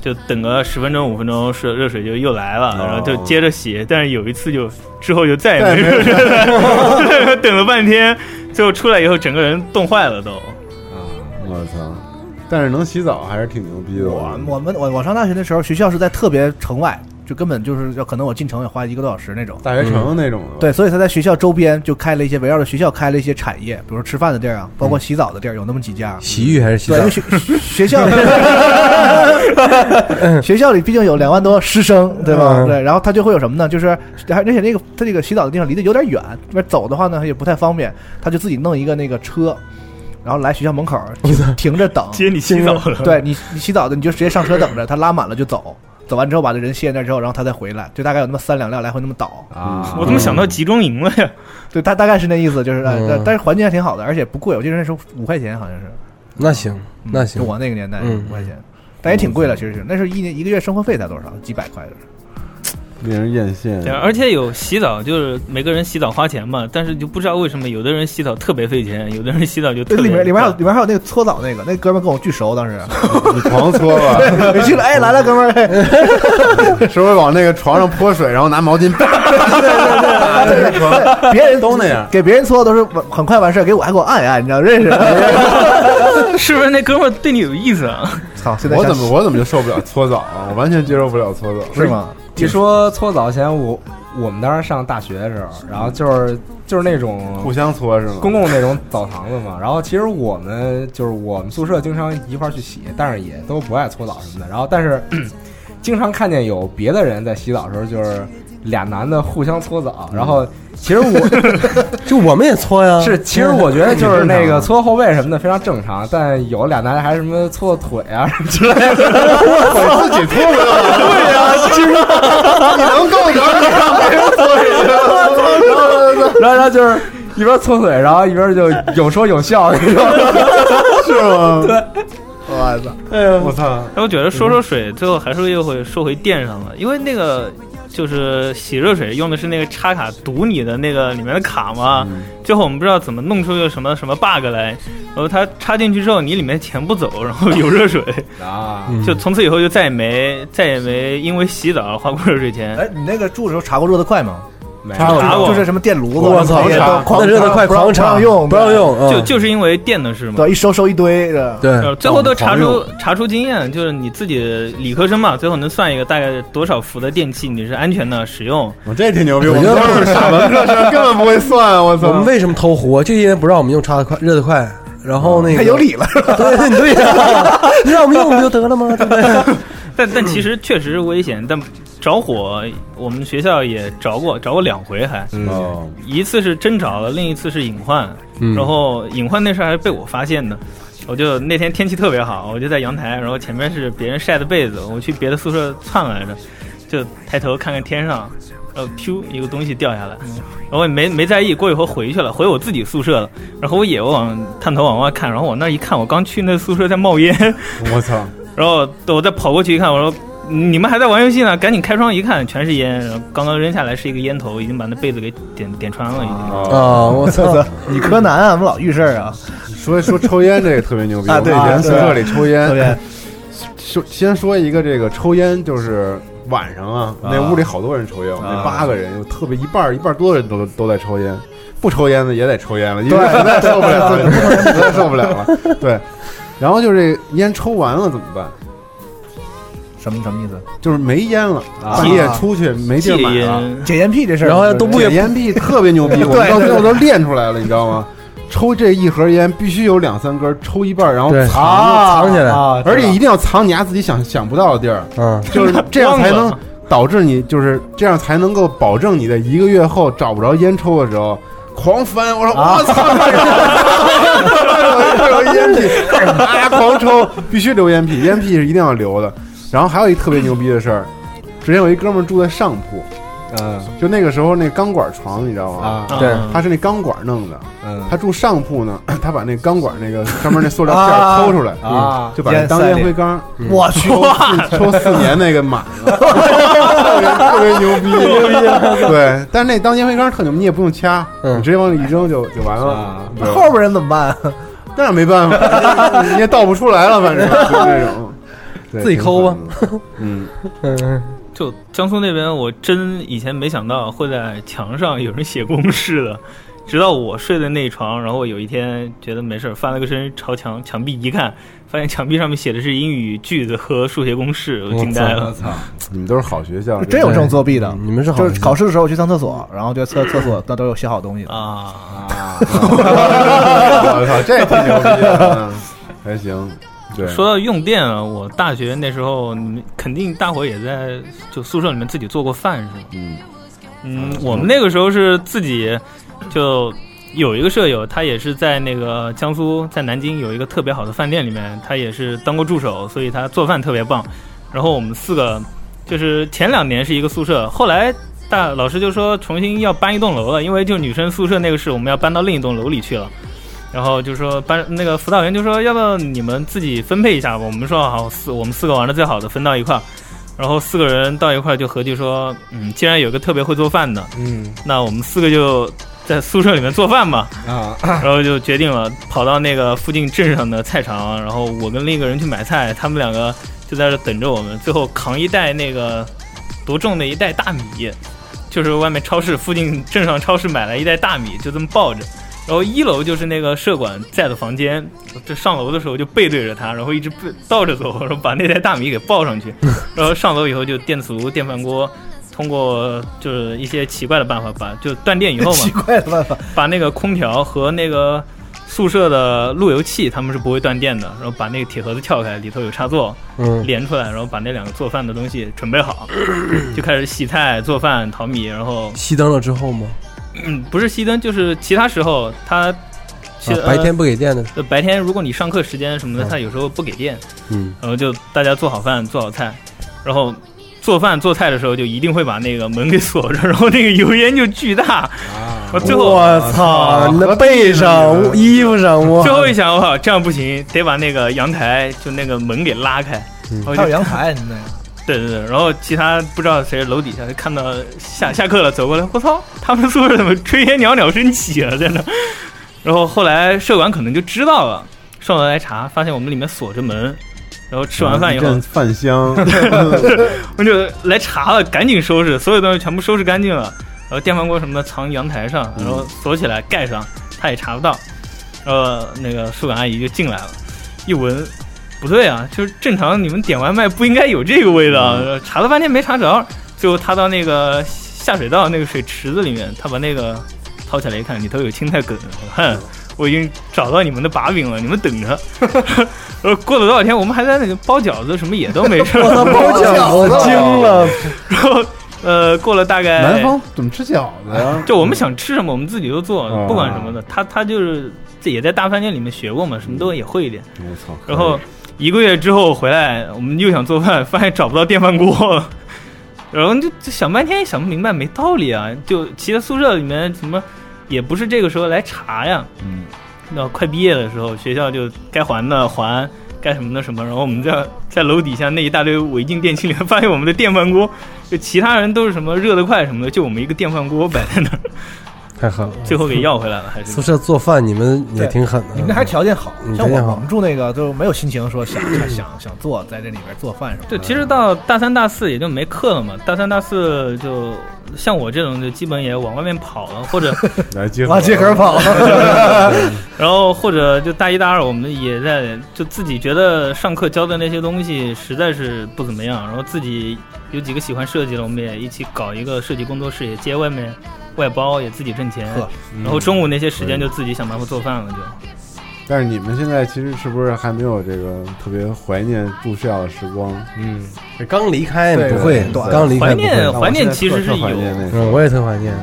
S11: 就等个十分钟五分钟，水热水就又来了，然后就接着洗。但是有一次就之后就再也
S8: 再
S11: 没
S8: 也没
S11: 热水了， (laughs) 等了半天，最后出来以后整个人冻坏了都。
S8: 我操！但是能洗澡还是挺牛逼的。我
S1: 我啊们我我上大学的时候，学校是在特别城外，就根本就是要可能我进城也花一个多小时那种。
S8: 大学
S4: 嗯
S8: 城那种的吧
S1: 对，所以他在学校周边就开了一些围绕着学校开了一些产业，比如说吃饭的地儿啊，包括洗澡的地儿，有那么几家。
S4: 洗浴还是洗
S1: 对
S4: 澡
S1: 因为学学校里 (laughs) 学校里毕竟有两万多师生，对吧？
S4: 嗯
S1: 对，然后他就会有什么呢？就是而且那个他这个洗澡的地方离得有点远，这边走的话呢也不太方便，他就自己弄一个那个车。然后来学校门口停停着等，
S11: 接你洗澡的
S1: 对你，你洗澡的你就直接上车等着，他拉满了就走，走完之后把这人卸那儿之后，然后他再回来，就大概有那么三两辆来回那么倒
S8: 啊
S11: 我怎么想到集中营了呀？
S1: 对，大大概是那意思，嗯就是、呃
S4: 嗯
S1: 但但是环境还挺好的，而且不贵，我记得那时候五块钱好像是，
S4: 那行，那行，
S1: 就我那个年代
S4: 嗯
S1: 五块钱，但也挺贵了，其实是那时候一年一个月生活费才多少，几百块就是。
S8: 令人艳羡。
S11: 对，而且有洗澡，就是每个人洗澡花钱嘛，但是就不知道为什么有的人洗澡特别费钱，有的人洗澡就
S1: 对，
S11: 特别
S1: 里面里面还有里面还有那个搓澡那个，那哥们儿跟我巨熟，当时
S8: (laughs) 你狂搓吧
S1: 对 (laughs) 我去了，哎，来了，哥们儿，嘿
S8: 是不是往那个床上泼水，然后拿毛巾？对对对，
S1: 别人
S8: 都那样。
S1: 给别人搓都是完很快完事儿，给我还给我按一按，你知道认识？
S11: (laughs) 是不是那哥们儿对你有意思啊？
S1: 操！
S11: 现在
S8: 我
S11: 想
S8: 怎么我怎么就受不了搓澡啊？我完全接受不了搓澡，？
S2: (laughs) 一说搓澡前，我我们当时上大学的时候，然后就是就是那种
S8: 互相搓是吗？
S2: 公共那种澡堂子嘛。然后其实我们就是我们宿舍经常一块儿去洗，但是也都不爱搓澡什么的。然后但是 (clears throat) 经常看见有别的人在洗澡的时候，就是俩男的互相搓澡。
S1: 嗯
S2: 然后其实
S1: (laughs)
S2: 我
S4: 就我们也搓呀
S2: 是其实我觉得就是
S1: 啊
S2: 那个搓后背什么的非常正常，但有俩男的还什么搓腿啊什么之类的，
S1: (laughs)
S8: 我自己搓不了。对呀，其实你能够着你让别人搓水吗？
S2: (laughs) 然后然后就是一边搓腿，然后一边就有说有笑，你知道吗？
S8: 是 (laughs) 吗？
S2: 对，
S1: 我操！
S2: 哎呀，
S8: 我操！
S11: 但我觉得说说水，最后还是又会说回电上了，因为那个就是洗热水用的是那个插卡读你的那个里面的卡嘛。
S1: 嗯
S11: 最后我们不知道怎么弄出个什么什么 bug 来，然后它插进去之后，你里面钱不走，然后有热水，
S2: 啊
S8: 嗯
S4: 嗯
S11: 就从此以后就再也没再也没因为洗澡而花过热水钱。
S1: 哎，你那个住的时候查过热得快吗？
S11: 没
S1: 查
S11: 查过
S1: 就是什么电炉子，啊
S4: 我操
S1: 那些都
S4: 那热得快
S1: 不让
S4: 狂查
S1: 不让用，
S4: 不让用嗯
S11: 就就是因为电的事嘛。
S1: 对，一收收一堆，是吧
S11: 呃最后都查出查出经验，就是你自己理科生嘛，最后能算一个大概多少伏的电器你是安全的使用。
S8: 我这挺牛逼，
S4: 我
S8: 我
S4: 觉得
S8: 们都是傻 (laughs) 文科生，根本不会算。我操！
S4: 我们为什么偷壶啊？就因为不让我们用插的快，热的快。然后那个
S11: 太有理
S1: 了，
S4: (laughs) 对对对呀， (laughs) 你让我们用不就得了吗？对不对？
S11: 但但其实确实是危险，但着火我们学校也着过，着过两回还，
S8: 哦，
S11: 一次是真着了，另一次是隐患。
S8: 嗯
S11: 然后隐患那事儿还是被我发现的。我就那天天气特别好，我就在阳台，然后前面是别人晒的被子，我去别的宿舍窜来着，就抬头看看天上，然后噗一个东西掉下来，然后我也没没在意，过一会儿回去了，回我自己宿舍了，然后我也往探头往外看，然后往那儿一看，我刚去那宿舍在冒烟，
S8: 我操！
S11: 然后我再跑过去一看，我说你们还在玩游戏呢，赶紧开窗一看，全是烟。然后刚刚扔下来是一个烟头，已经把那被子给点点穿了，已经。
S1: 啊！我操！你柯南啊，我们老遇事儿啊。
S8: 说说抽烟这个特别牛逼，
S1: 啊
S8: 我们
S1: 对
S8: 以前
S1: 对
S8: 宿舍里抽烟
S1: 对，
S8: 说先说一个这个抽烟，就是晚上啊，
S2: 啊
S8: 那屋里好多人抽烟，我们那
S2: 啊
S8: 八个人有特别一半儿一半儿多的人都都在抽烟，不抽烟的也得抽烟了，因为
S2: 对
S8: 实在受不了了，
S2: 对
S1: (laughs)
S2: 对
S8: 实在受不了了。对，然后就是这烟抽完了怎么办？
S1: 什么什么意思？啊
S8: 就是没烟了，半夜出去没地儿买了，
S1: 解烟屁这事儿，
S8: 解烟屁特别
S1: (laughs)
S8: 牛逼，
S1: 啊对
S8: 我们到最后
S1: 对
S8: 都练出来了，你知道吗？抽这一盒烟必须有两三根，抽一半儿然后
S4: 对
S8: 藏
S4: 啊藏起来
S8: 啊而且一定要藏你丫自己想想不到的地
S2: (laughs)
S8: 儿，
S4: 嗯，
S8: 就是这样才能导致你，就是这样才能够保证你在一个月后找不着烟抽的时候狂翻。我说
S2: 啊
S8: 我操，这有烟屁，啊，狂抽，必须留
S2: (laughs)
S8: 烟屁，烟屁是一定要留的。然后还有一特别牛逼的事儿，之前有一哥们儿住在上铺，
S2: 嗯，
S8: 就那个时候那钢管床，你知道吗？
S2: 啊对
S8: 他是那钢管弄的。
S2: 嗯
S8: 他住上铺呢， (clears throat) 他把那钢管那个上面那塑料片儿抠出来
S2: 啊
S8: 嗯就把那当烟灰缸。嗯
S2: 我去
S8: 抽四 (laughs) 抽四年那个满了，特别牛逼，对，但是那当烟灰缸特牛，你也不用掐，你直接往里一扔就就完了。对
S1: 后边人怎么办？
S8: 那没办法，你也倒不出来了，反正就这种。对
S4: 自己抠吧。
S8: 嗯
S4: 嗯，
S11: 就江苏那边，我真以前没想到会在墙上有人写公式的，直到我睡的那一床，然后我有一天觉得没事儿，翻了个身朝墙墙壁一看，发现墙壁上面写的是英语句子和数学公式，我惊呆了。！
S8: 你们都是好学校，
S1: 真有这种作弊
S8: 嗯
S1: 的，
S4: 你们是
S1: 就是考试的时候去上厕所，然后就厕厕所那都有写好东西
S11: 啊
S8: 啊！我操，这挺牛逼的，嗯还行。对，
S11: 说到用电啊，我大学那时候，你们肯定大伙儿也在就宿舍里面自己做过饭是吗？
S8: 嗯
S11: 嗯，我们那个时候是自己就有一个舍友，他也是在那个江苏，在南京有一个特别好的饭店里面，他也是当过助手，所以他做饭特别棒。然后我们四个就是前两年是一个宿舍，后来大老师就说重新要搬一栋楼了，因为就女生宿舍那个室我们要搬到另一栋楼里去了。然后就说班那个辅导员就说，要不要你们自己分配一下吧？我们说好四，我们四个玩的最好的分到一块儿，然后四个人到一块儿就合计说，嗯，既然有一个特别会做饭的，
S2: 嗯
S11: 那我们四个就在宿舍里面做饭吧。
S2: 啊，
S11: 然后就决定了跑到那个附近镇上的菜场，然后我跟另一个人去买菜，他们两个就在这等着我们。最后扛一袋那个多重的一袋大米，就是外面超市附近镇上超市买来一袋大米，就这么抱着。然后一楼就是那个社管在的房间，这上楼的时候就背对着他，然后一直背倒着走，然后把那袋大米给抱上去。然后上楼以后就电磁炉、电饭锅，通过就是一些奇怪的办法把就断电以后嘛，
S1: (laughs) 奇怪的办法，
S11: 把那个空调和那个宿舍的路由器，他们是不会断电的。然后把那个铁盒子撬开，里头有插座，
S4: 嗯
S11: 连出来，然后把那两个做饭的东西准
S1: (coughs)
S11: 备好，就开始洗菜、做饭、淘米。然后，
S4: 熄灯了之后吗？
S11: 嗯，不是熄灯，就是其他时候他其、
S4: 啊白天不给电的时
S11: 呃。白天如果你上课时间什么的，
S4: 嗯
S11: 他有时候不给电。
S4: 嗯，
S11: 然后就大家做好饭、做好菜，然后做饭做菜的时候就一定会把那个门给锁着，然后那个油烟就巨大。
S4: 啊
S11: 我最后
S4: 我
S8: 啊
S4: 操，你的背上、衣服上，我
S11: 最后一想，我靠，这样不行，得把那个阳台就那个门给拉开。
S8: 嗯
S11: 然后就
S1: 还有阳。台，你那个
S11: (laughs) 对对对，然后其他不知道谁楼底下就看到下下课了走过来，我操，他们宿舍怎么炊烟袅袅升起了在那？然后后来社管可能就知道了，上楼来查，发现我们里面锁着门，然后吃完饭以
S8: 一
S11: 后
S8: 阵，饭
S11: (laughs)
S8: 香，
S11: 我就来查了，赶紧收拾，所有东西全部收拾干净了，然后电饭锅什么的藏阳台上，然后锁起来盖上，他也查不到。呃，那个宿管阿姨就进来了，一闻不对啊，就是正常你们点外卖不应该有这个味道，呃查了半天没查着，最后他到那个下水道那个水池子里面，他把那个掏起来一看，里头有青菜梗， (laughs) 哼，我已经找到你们的把柄了，你们等着。 (laughs) 然后过了多少天，我们还在那里包饺子，什么也都没事儿。
S4: 我操包饺子惊了。
S11: 然后呃，过了大概
S8: 南方怎么吃饺子呀？
S11: 就我们想吃什么，我们自己都做，
S8: 啊
S11: 不管什么的。他他就是这也在大饭店里面学过嘛，什么都也会一点。
S8: 嗯我操！
S11: 然后一个月之后回来，我们又想做饭，发现找不到电饭锅 (laughs) 了，然后就就想半天也想不明白，没道理啊！就其他宿舍里面怎么也不是这个时候来查呀。
S16: 嗯，
S11: 那快毕业的时候，学校就该还的还，该什么的什么。然后我们在在楼底下那一大堆违禁电器里面发现我们的电饭锅，就其他人都是什么热得快什么的，就我们一个电饭锅摆在那儿。
S4: 太狠了。
S11: 最后给要回来了，还
S4: (laughs)
S11: 是
S4: 宿舍做饭你们也挺狠的，
S1: 你们那还条件好
S4: 嗯，
S1: 像
S4: 条件
S1: 我
S4: 好
S1: 我们住那个就没有心情说想想想想做在这里边做饭什么
S11: 对，其实到大三大四也就没课了嘛，大三大四就像我这种就基本也往外面跑了，或者
S8: 来接
S1: 往街口儿跑
S11: 然后或者就大一大二我们也在就自己觉得上课教的那些东西实在是不怎么样，然后自己有几个喜欢设计的，我们也一起搞一个设计工作室，也接外面外包，也自己挣钱
S1: 呵，
S11: 然后中午那些时间就自己想办法做饭了就。
S8: 但是你们现在其实是不是还没有这个特别怀念住校的时光？
S4: 嗯，刚离开不会，刚离开
S11: 怀
S4: 不会
S11: 念怀念其实是有，
S4: 嗯，我也特怀念。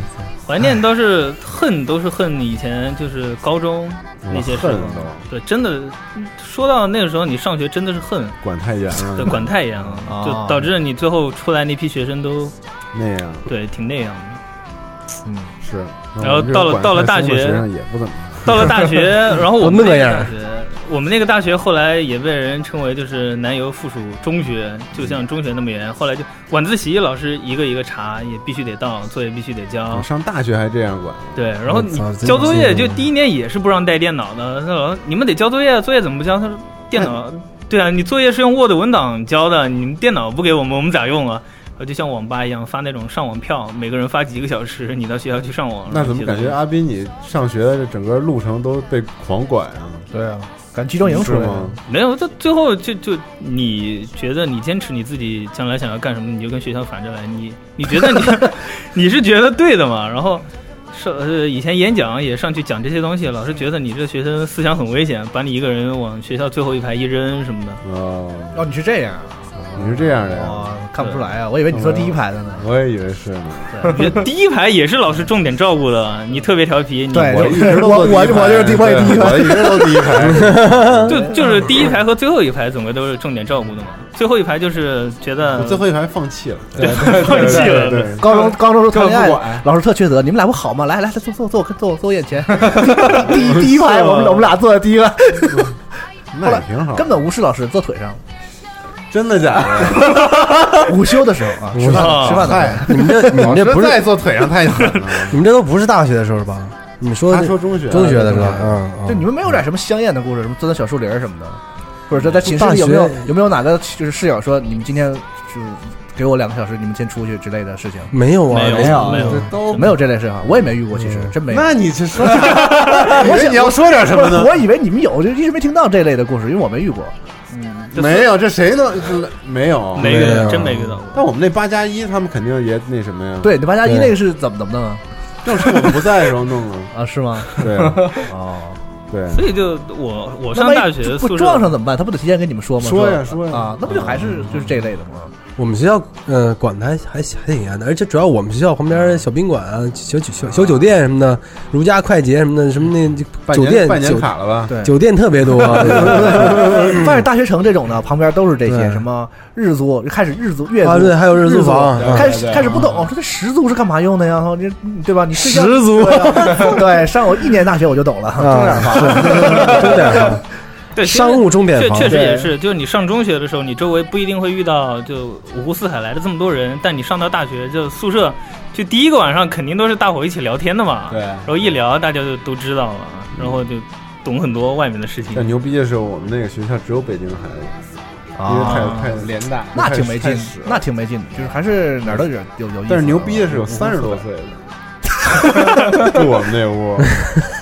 S11: 怀念倒是恨，都是恨以前就是高中那些时候
S8: 恨都。
S11: 对，真的说到那个时候，你上学真的是恨，
S8: 管太严了，
S11: 对，管太严了，
S8: 哦
S11: 就导致你最后出来那批学生都
S8: 那样。
S11: 对挺那样
S8: (laughs)
S11: 的。
S1: 嗯，
S8: 是。
S11: 然后到了到了大学
S8: 学生也不怎么样。
S11: 到了大
S8: (laughs)
S11: 学，然后我
S8: 们
S11: 们那个大学，我们那个大学后来也被人称为就是南邮附属中学，就像中学那么严。后来就晚自习老师一个一个查，也必须得到，作业必须得交
S8: 我。上大学还这样管。
S11: 对，然后你
S8: 我操
S11: 交作业，就
S8: 真
S11: 第一年也是不让带电脑的。他说你们得交作业，作业怎么不
S8: (laughs)
S11: 交？他说电脑，对啊，你作业是用 Word 文档交的，你们电脑不给我们，我们咋用啊？呃就像网吧一样发那种上网票，每个人发几个小时，你到学校去上网。
S8: 那怎么感觉阿斌你上学的这整个路程都被狂管啊？
S1: 对啊，赶集中营出来
S8: 是
S1: 的
S8: 吗？
S11: 没有，就最后就就你觉得你坚持你自己将来想要干什么，你就跟学校反着来。你你觉得你 (laughs) 你是觉得对的嘛？然后上呃以前演讲也上去讲这些东西，老师觉得你这学生思想很危险，把你一个人往学校最后一排一扔什么的。
S8: 哦，
S1: 哦，你是这样啊，
S8: 你是这样的呀？
S1: 看不出来啊，我以为你说第一排的呢。
S8: 我也以为是呢。
S11: 你第一排也是老师重点照顾的，你特别调皮。你
S1: 对
S8: 我一直都
S1: 我我
S8: 坐
S1: 哎我就是第我也第一排
S8: 对我一直都第一排。
S1: (laughs)
S11: 就就是第一排和最后一排总归都是重点照顾的嘛。最后一排就是觉得
S8: 我最后一排放弃了，
S11: 对 (laughs) 放弃了。对
S1: 高中高中时候谈恋
S8: 根本不
S1: 爱
S8: 管，
S1: 老师特缺德，你们俩不好吗？来来来，坐坐坐坐坐我眼
S8: (laughs)
S1: 前， (laughs) 第一第一排，
S8: 是吗
S1: 我们我们俩坐在第一排，
S8: 那也挺好。
S1: 根本无视老师，坐腿上。
S8: 真的假的？
S1: 午休的时候啊，吃饭吃饭的时候，
S4: (laughs) 你们这你们这不是
S8: 在坐腿上太狠了。
S4: 你们这都不是大学的时候吧？你说
S1: 他
S4: 那
S1: 说中学
S4: 中学的时
S1: 中
S4: 候，
S1: 学
S4: 嗯，
S1: 就你们没有点什么香艳的故事，什么钻到小树林儿什么的，或者说在寝室
S4: 大
S1: 里
S4: 学
S1: 有没有有没有哪个就是室友说你们今天就是给我两个小时，你们先出去之类的事情？
S4: 没有啊，
S1: 没
S4: 有，
S1: 没
S4: 有，
S1: 都没有这类事哈，我也没遇过，其实
S8: 嗯
S1: 真没有。
S8: 那你这说，
S1: 哎我
S8: 以为
S1: 想
S8: 你要说点什么呢嗯
S1: 我我以为你们有，就一直没听到这类的故事，因为我没遇过。
S8: 没有，这谁能这没有？
S11: 没遇到真没遇到过。
S8: 但我们那八加一，他们肯定也那什么呀？
S1: 对，那八加一那个是怎么怎么弄啊？
S8: 正是我们不在的时候弄的
S1: 啊，是吗？ (laughs)
S8: 对啊，
S1: 哦，
S8: 对，
S11: 所以就我我
S1: 那
S11: 上
S1: 万一
S11: 大学
S1: 不
S11: 宿舍
S1: 撞上怎么办？他不得提前跟你们说吗？
S4: 说呀说呀
S1: 啊，那不就还是就是这一类的吗？
S4: 我们学校呃管的还还还挺严的，而且主要我们学校旁边小宾馆啊、小酒小小酒店什么的，如家快捷什么的，什么那
S8: 办
S4: 酒
S8: 年
S4: 店
S8: 办年
S4: 酒
S8: 卡了吧
S1: 对
S4: 酒店特别多。啊
S1: (laughs) 但是大学城这种的，旁边都是这些
S4: 对
S1: 什么日租，开始日租、月
S4: 啊
S1: 租，
S4: 对还有日
S1: 日
S4: 租房嗯
S8: 嗯
S4: 对
S1: 开
S4: 对
S1: 始
S4: 对
S1: 开始不懂，说这十租是干嘛用的呀？你你对吧？你睡觉
S4: 十租
S1: 对啊对，上我一年大学我就懂了，
S8: 嗯
S1: 中点房，中点房，
S11: 对其实
S4: 商务钟点
S11: 确
S4: 房
S11: 确实
S4: 对
S11: 也是，就是你上中学的时候，你周围不一定会遇到就五湖四海来的这么多人，但你上到大学就宿舍，就第一个晚上肯定都是大伙一起聊天的嘛，
S8: 对
S11: 然后一聊大家就都知道了，然后就懂很多外面的事情
S8: 但。牛逼的是，我们那个学校只有北京孩子，因为
S1: 啊
S8: 太太
S1: 联
S8: 大
S1: 那挺没劲
S8: 太
S1: 的
S8: 屎，了
S1: 那挺没劲的，就是还是哪儿都有有有意思。
S8: 但是牛逼的是有三十多岁的， (laughs) 住我们那 (laughs) 屋，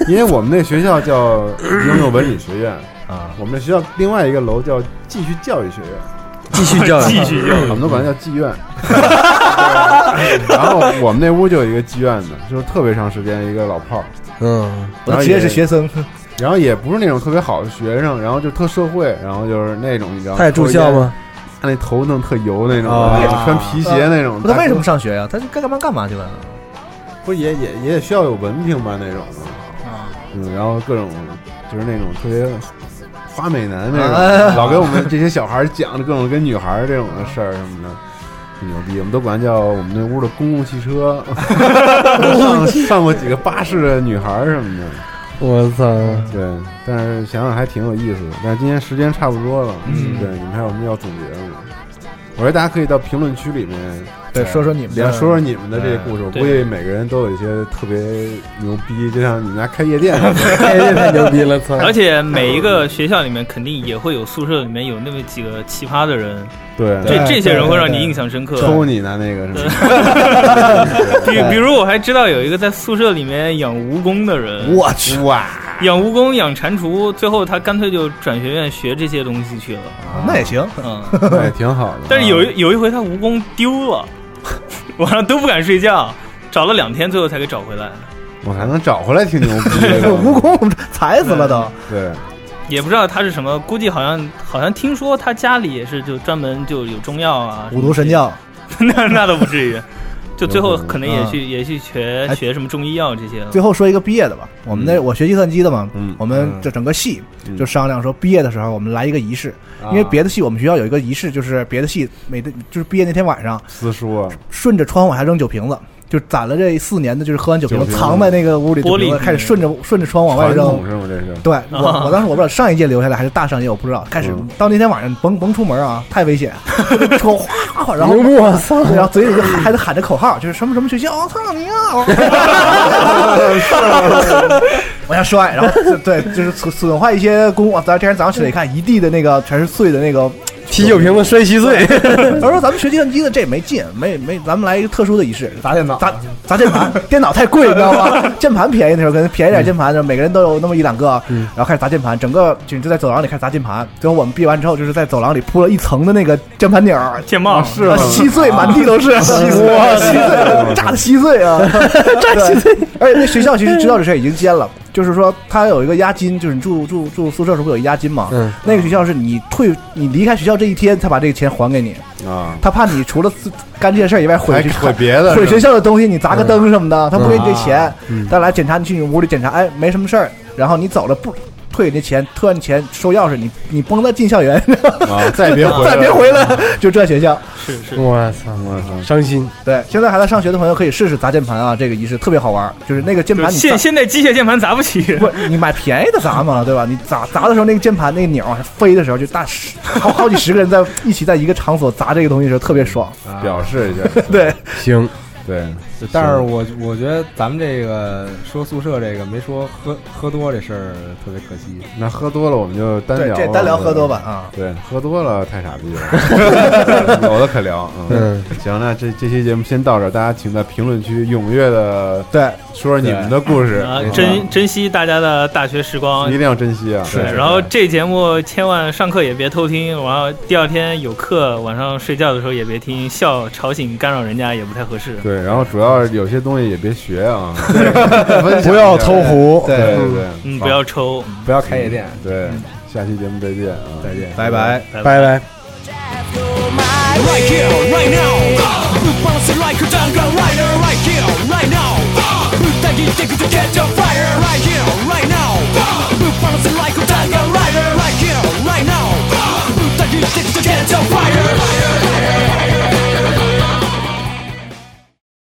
S8: 因为我们那学校叫应用文理学院
S1: 啊，
S8: 我们那学校另外一个楼叫继续教育学院，
S4: 继续教育继续教育
S8: 我们都管它叫妓院。然后我们那屋就有一个妓院的，就是特别长时间一个老炮儿，
S4: 嗯，
S8: 然
S1: 我
S8: 后
S1: 直接
S8: 也
S1: 是学生，
S8: 然后也不是那种特别好的学生，然后就特社会，然后就是那种你知道吗？
S4: 他也住校吗？
S8: 他那头弄特油那种，
S4: 啊
S8: 然后穿皮鞋那种。
S1: 那他为什么上学呀？他该干嘛干嘛去了？
S8: 不是也也也得需要有文凭吧那种的，嗯，然后各种就是那种特别花美男那种，
S1: 哎
S8: 老给我们这些小孩讲各种跟女孩这种的事儿什么的。挺牛逼，我们都管它叫我们那屋的公共汽车，上 (laughs) 上过几个巴士的女孩什么的。
S4: 我操！
S8: 对，但是想想还挺有意思的。但是今天时间差不多了，
S4: 嗯
S8: 对，你们还有什么要总结的吗？我觉得大家可以到评论区里面
S1: 对，说说你们
S8: 来
S1: 的，
S8: 说说你们的这个故事，我
S1: 对
S8: 估计每个人都有一些特别牛逼，就像你们家开夜店，
S11: 开夜店太牛逼
S8: 了，
S11: 而且每一
S8: 嗯
S11: 个学校里面肯定也会有宿舍里面有那么几个奇葩的人，
S8: 对
S11: 这这些人会让你印象深刻。
S8: 抽你呢那个是吧？
S11: (laughs) 比
S1: (laughs)
S11: 比如我还知道有一个在宿舍里面养蜈蚣的人，
S1: 我去
S8: 哇，
S11: 养蜈蚣养蟾蜍，最后他干脆就转学院学这些东
S1: (laughs)
S11: 西去了。
S1: 那也行，
S11: 嗯，
S8: 那也哎挺好的。
S11: 但是有
S1: 嗯
S11: 一有一回他蜈蚣丢了， (laughs) 晚上都不敢睡觉，找了两天，最后才给找回来。
S8: 我还能找回来，挺牛逼的。
S1: 蜈蚣踩死了都。
S8: 对，
S11: 也不知道他是什么，估计好像好像听说他家里也是就专门就有中药啊，
S1: 五毒神教，
S11: (laughs) 那那倒不至
S1: (laughs)
S11: 于，就最后可能也
S1: 嗯
S11: 去、也去学
S1: 哎
S11: 学什么中医药这些了。
S1: 最后说一个毕业的吧，我们那我学计算机的嘛，我们这整个系就商量说，毕业的时候我们来一个仪式，因为别的系我们学校有一个仪式，就是别的系每的就是毕业那天晚上，
S8: 私塾啊，
S1: 顺着窗户往下扔酒瓶子，就攒了这四年的，就是喝完酒瓶
S8: 酒
S1: 子
S8: 瓶子
S1: 藏在那个屋里，酒
S8: 玻璃
S1: 瓶子
S8: 瓶
S1: 开始顺着顺着窗往外
S8: 传
S1: 扔
S8: 统。是吗？这是
S1: 对我，我当时我不知道上一届留下来还是大上届，我不知道。开始到那天晚上，甭甭出门啊，太危险，窗户哗哗，然后
S4: 我操，
S1: 然后嘴里就还得喊着口号，就是什么什么学校，我操你啊！往下摔，然后就对，就是损损坏一些公物。咱这天早上起来一看，一地的那个全是碎的那个
S4: 啤酒瓶子摔稀碎。
S1: (laughs) 他说：“咱们学计算机的这也没劲，没没，咱们来一个特殊的仪式，砸电脑，砸砸键盘，电脑太贵，你知道吗？键盘便宜的时候，可能便宜点键盘的时候，每个人都有那么一两个，然后开始砸键盘，整个就就在走廊里开始砸键盘。最后我们毕业完之后，就是在走廊里铺了一层的那个键盘顶儿，
S11: 键帽
S1: 啊是稀碎，满地都是，稀碎，稀碎，炸的稀碎啊，炸稀碎。而且那学校其实知道这事儿已经奸了，就是说他有一个押金，就是你住住住宿舍时候不有一押金嘛？
S4: 嗯
S1: 那个学校是你退你离开学校这一天，他把这个钱还给你。
S8: 啊，
S1: 他怕你除了自干这些事儿以外毁
S8: 还
S1: 学
S8: 毁别的
S1: 毁
S8: 是吧
S1: 学校的东西，你砸个灯什么的，他不给你这钱
S8: 啊嗯。
S1: 但来检查你去你屋里检查，哎，没什么事儿，然后你走了不退你那钱，退完你钱收钥匙，你你崩在进校园，
S8: 啊，再别回来，
S1: 再别回来，就这学校。
S11: 是是
S4: 我操，
S8: 我操，
S4: 伤心。
S1: 对，现在还在上学的朋友可以试试砸键盘啊，这个仪式特别好玩儿，就是那个键
S11: 就
S1: 盘你砸
S11: 现现在机械键盘砸不起，
S1: 不，你买便宜的砸嘛，对吧？你砸砸的时候，那个键盘那个钮儿飞的时候，就大十好好几十个人在一起在一个场所砸这个东西的时候，特别爽。
S8: 啊表示一下， (laughs)
S1: 对，
S4: 行，
S8: 对，
S2: 但是我我觉得咱们这个说宿舍这个没说喝喝多这事儿特别可惜。
S8: 那喝多了我们就单聊吧，
S1: 对这单聊喝多吧啊
S8: 对，喝多了太傻逼了，有的可聊。嗯
S4: 嗯，
S8: 行，那这这期节目先到这儿，大家请在评论区踊跃的
S1: 对
S8: 说说你们的故事
S11: 啊，，
S8: 嗯
S11: 珍珍惜大家的大学时光，
S8: 一定要珍惜啊！
S11: 对，然后这节目千万上课也别偷听，然后第二天有课，晚上睡觉的时候也别听，笑吵醒干扰人家也不太合适。
S8: 对，然后主要是有些东西也别学啊，
S4: 不要偷壶
S8: 对对对，
S11: 嗯，
S8: 好
S11: 不要抽，
S2: 不要开夜店。
S8: 对，下期节目再见啊，再见，
S1: 拜拜
S11: 拜
S4: 拜拜。
S12: Right here, right now，不放肆 like 张刚 right。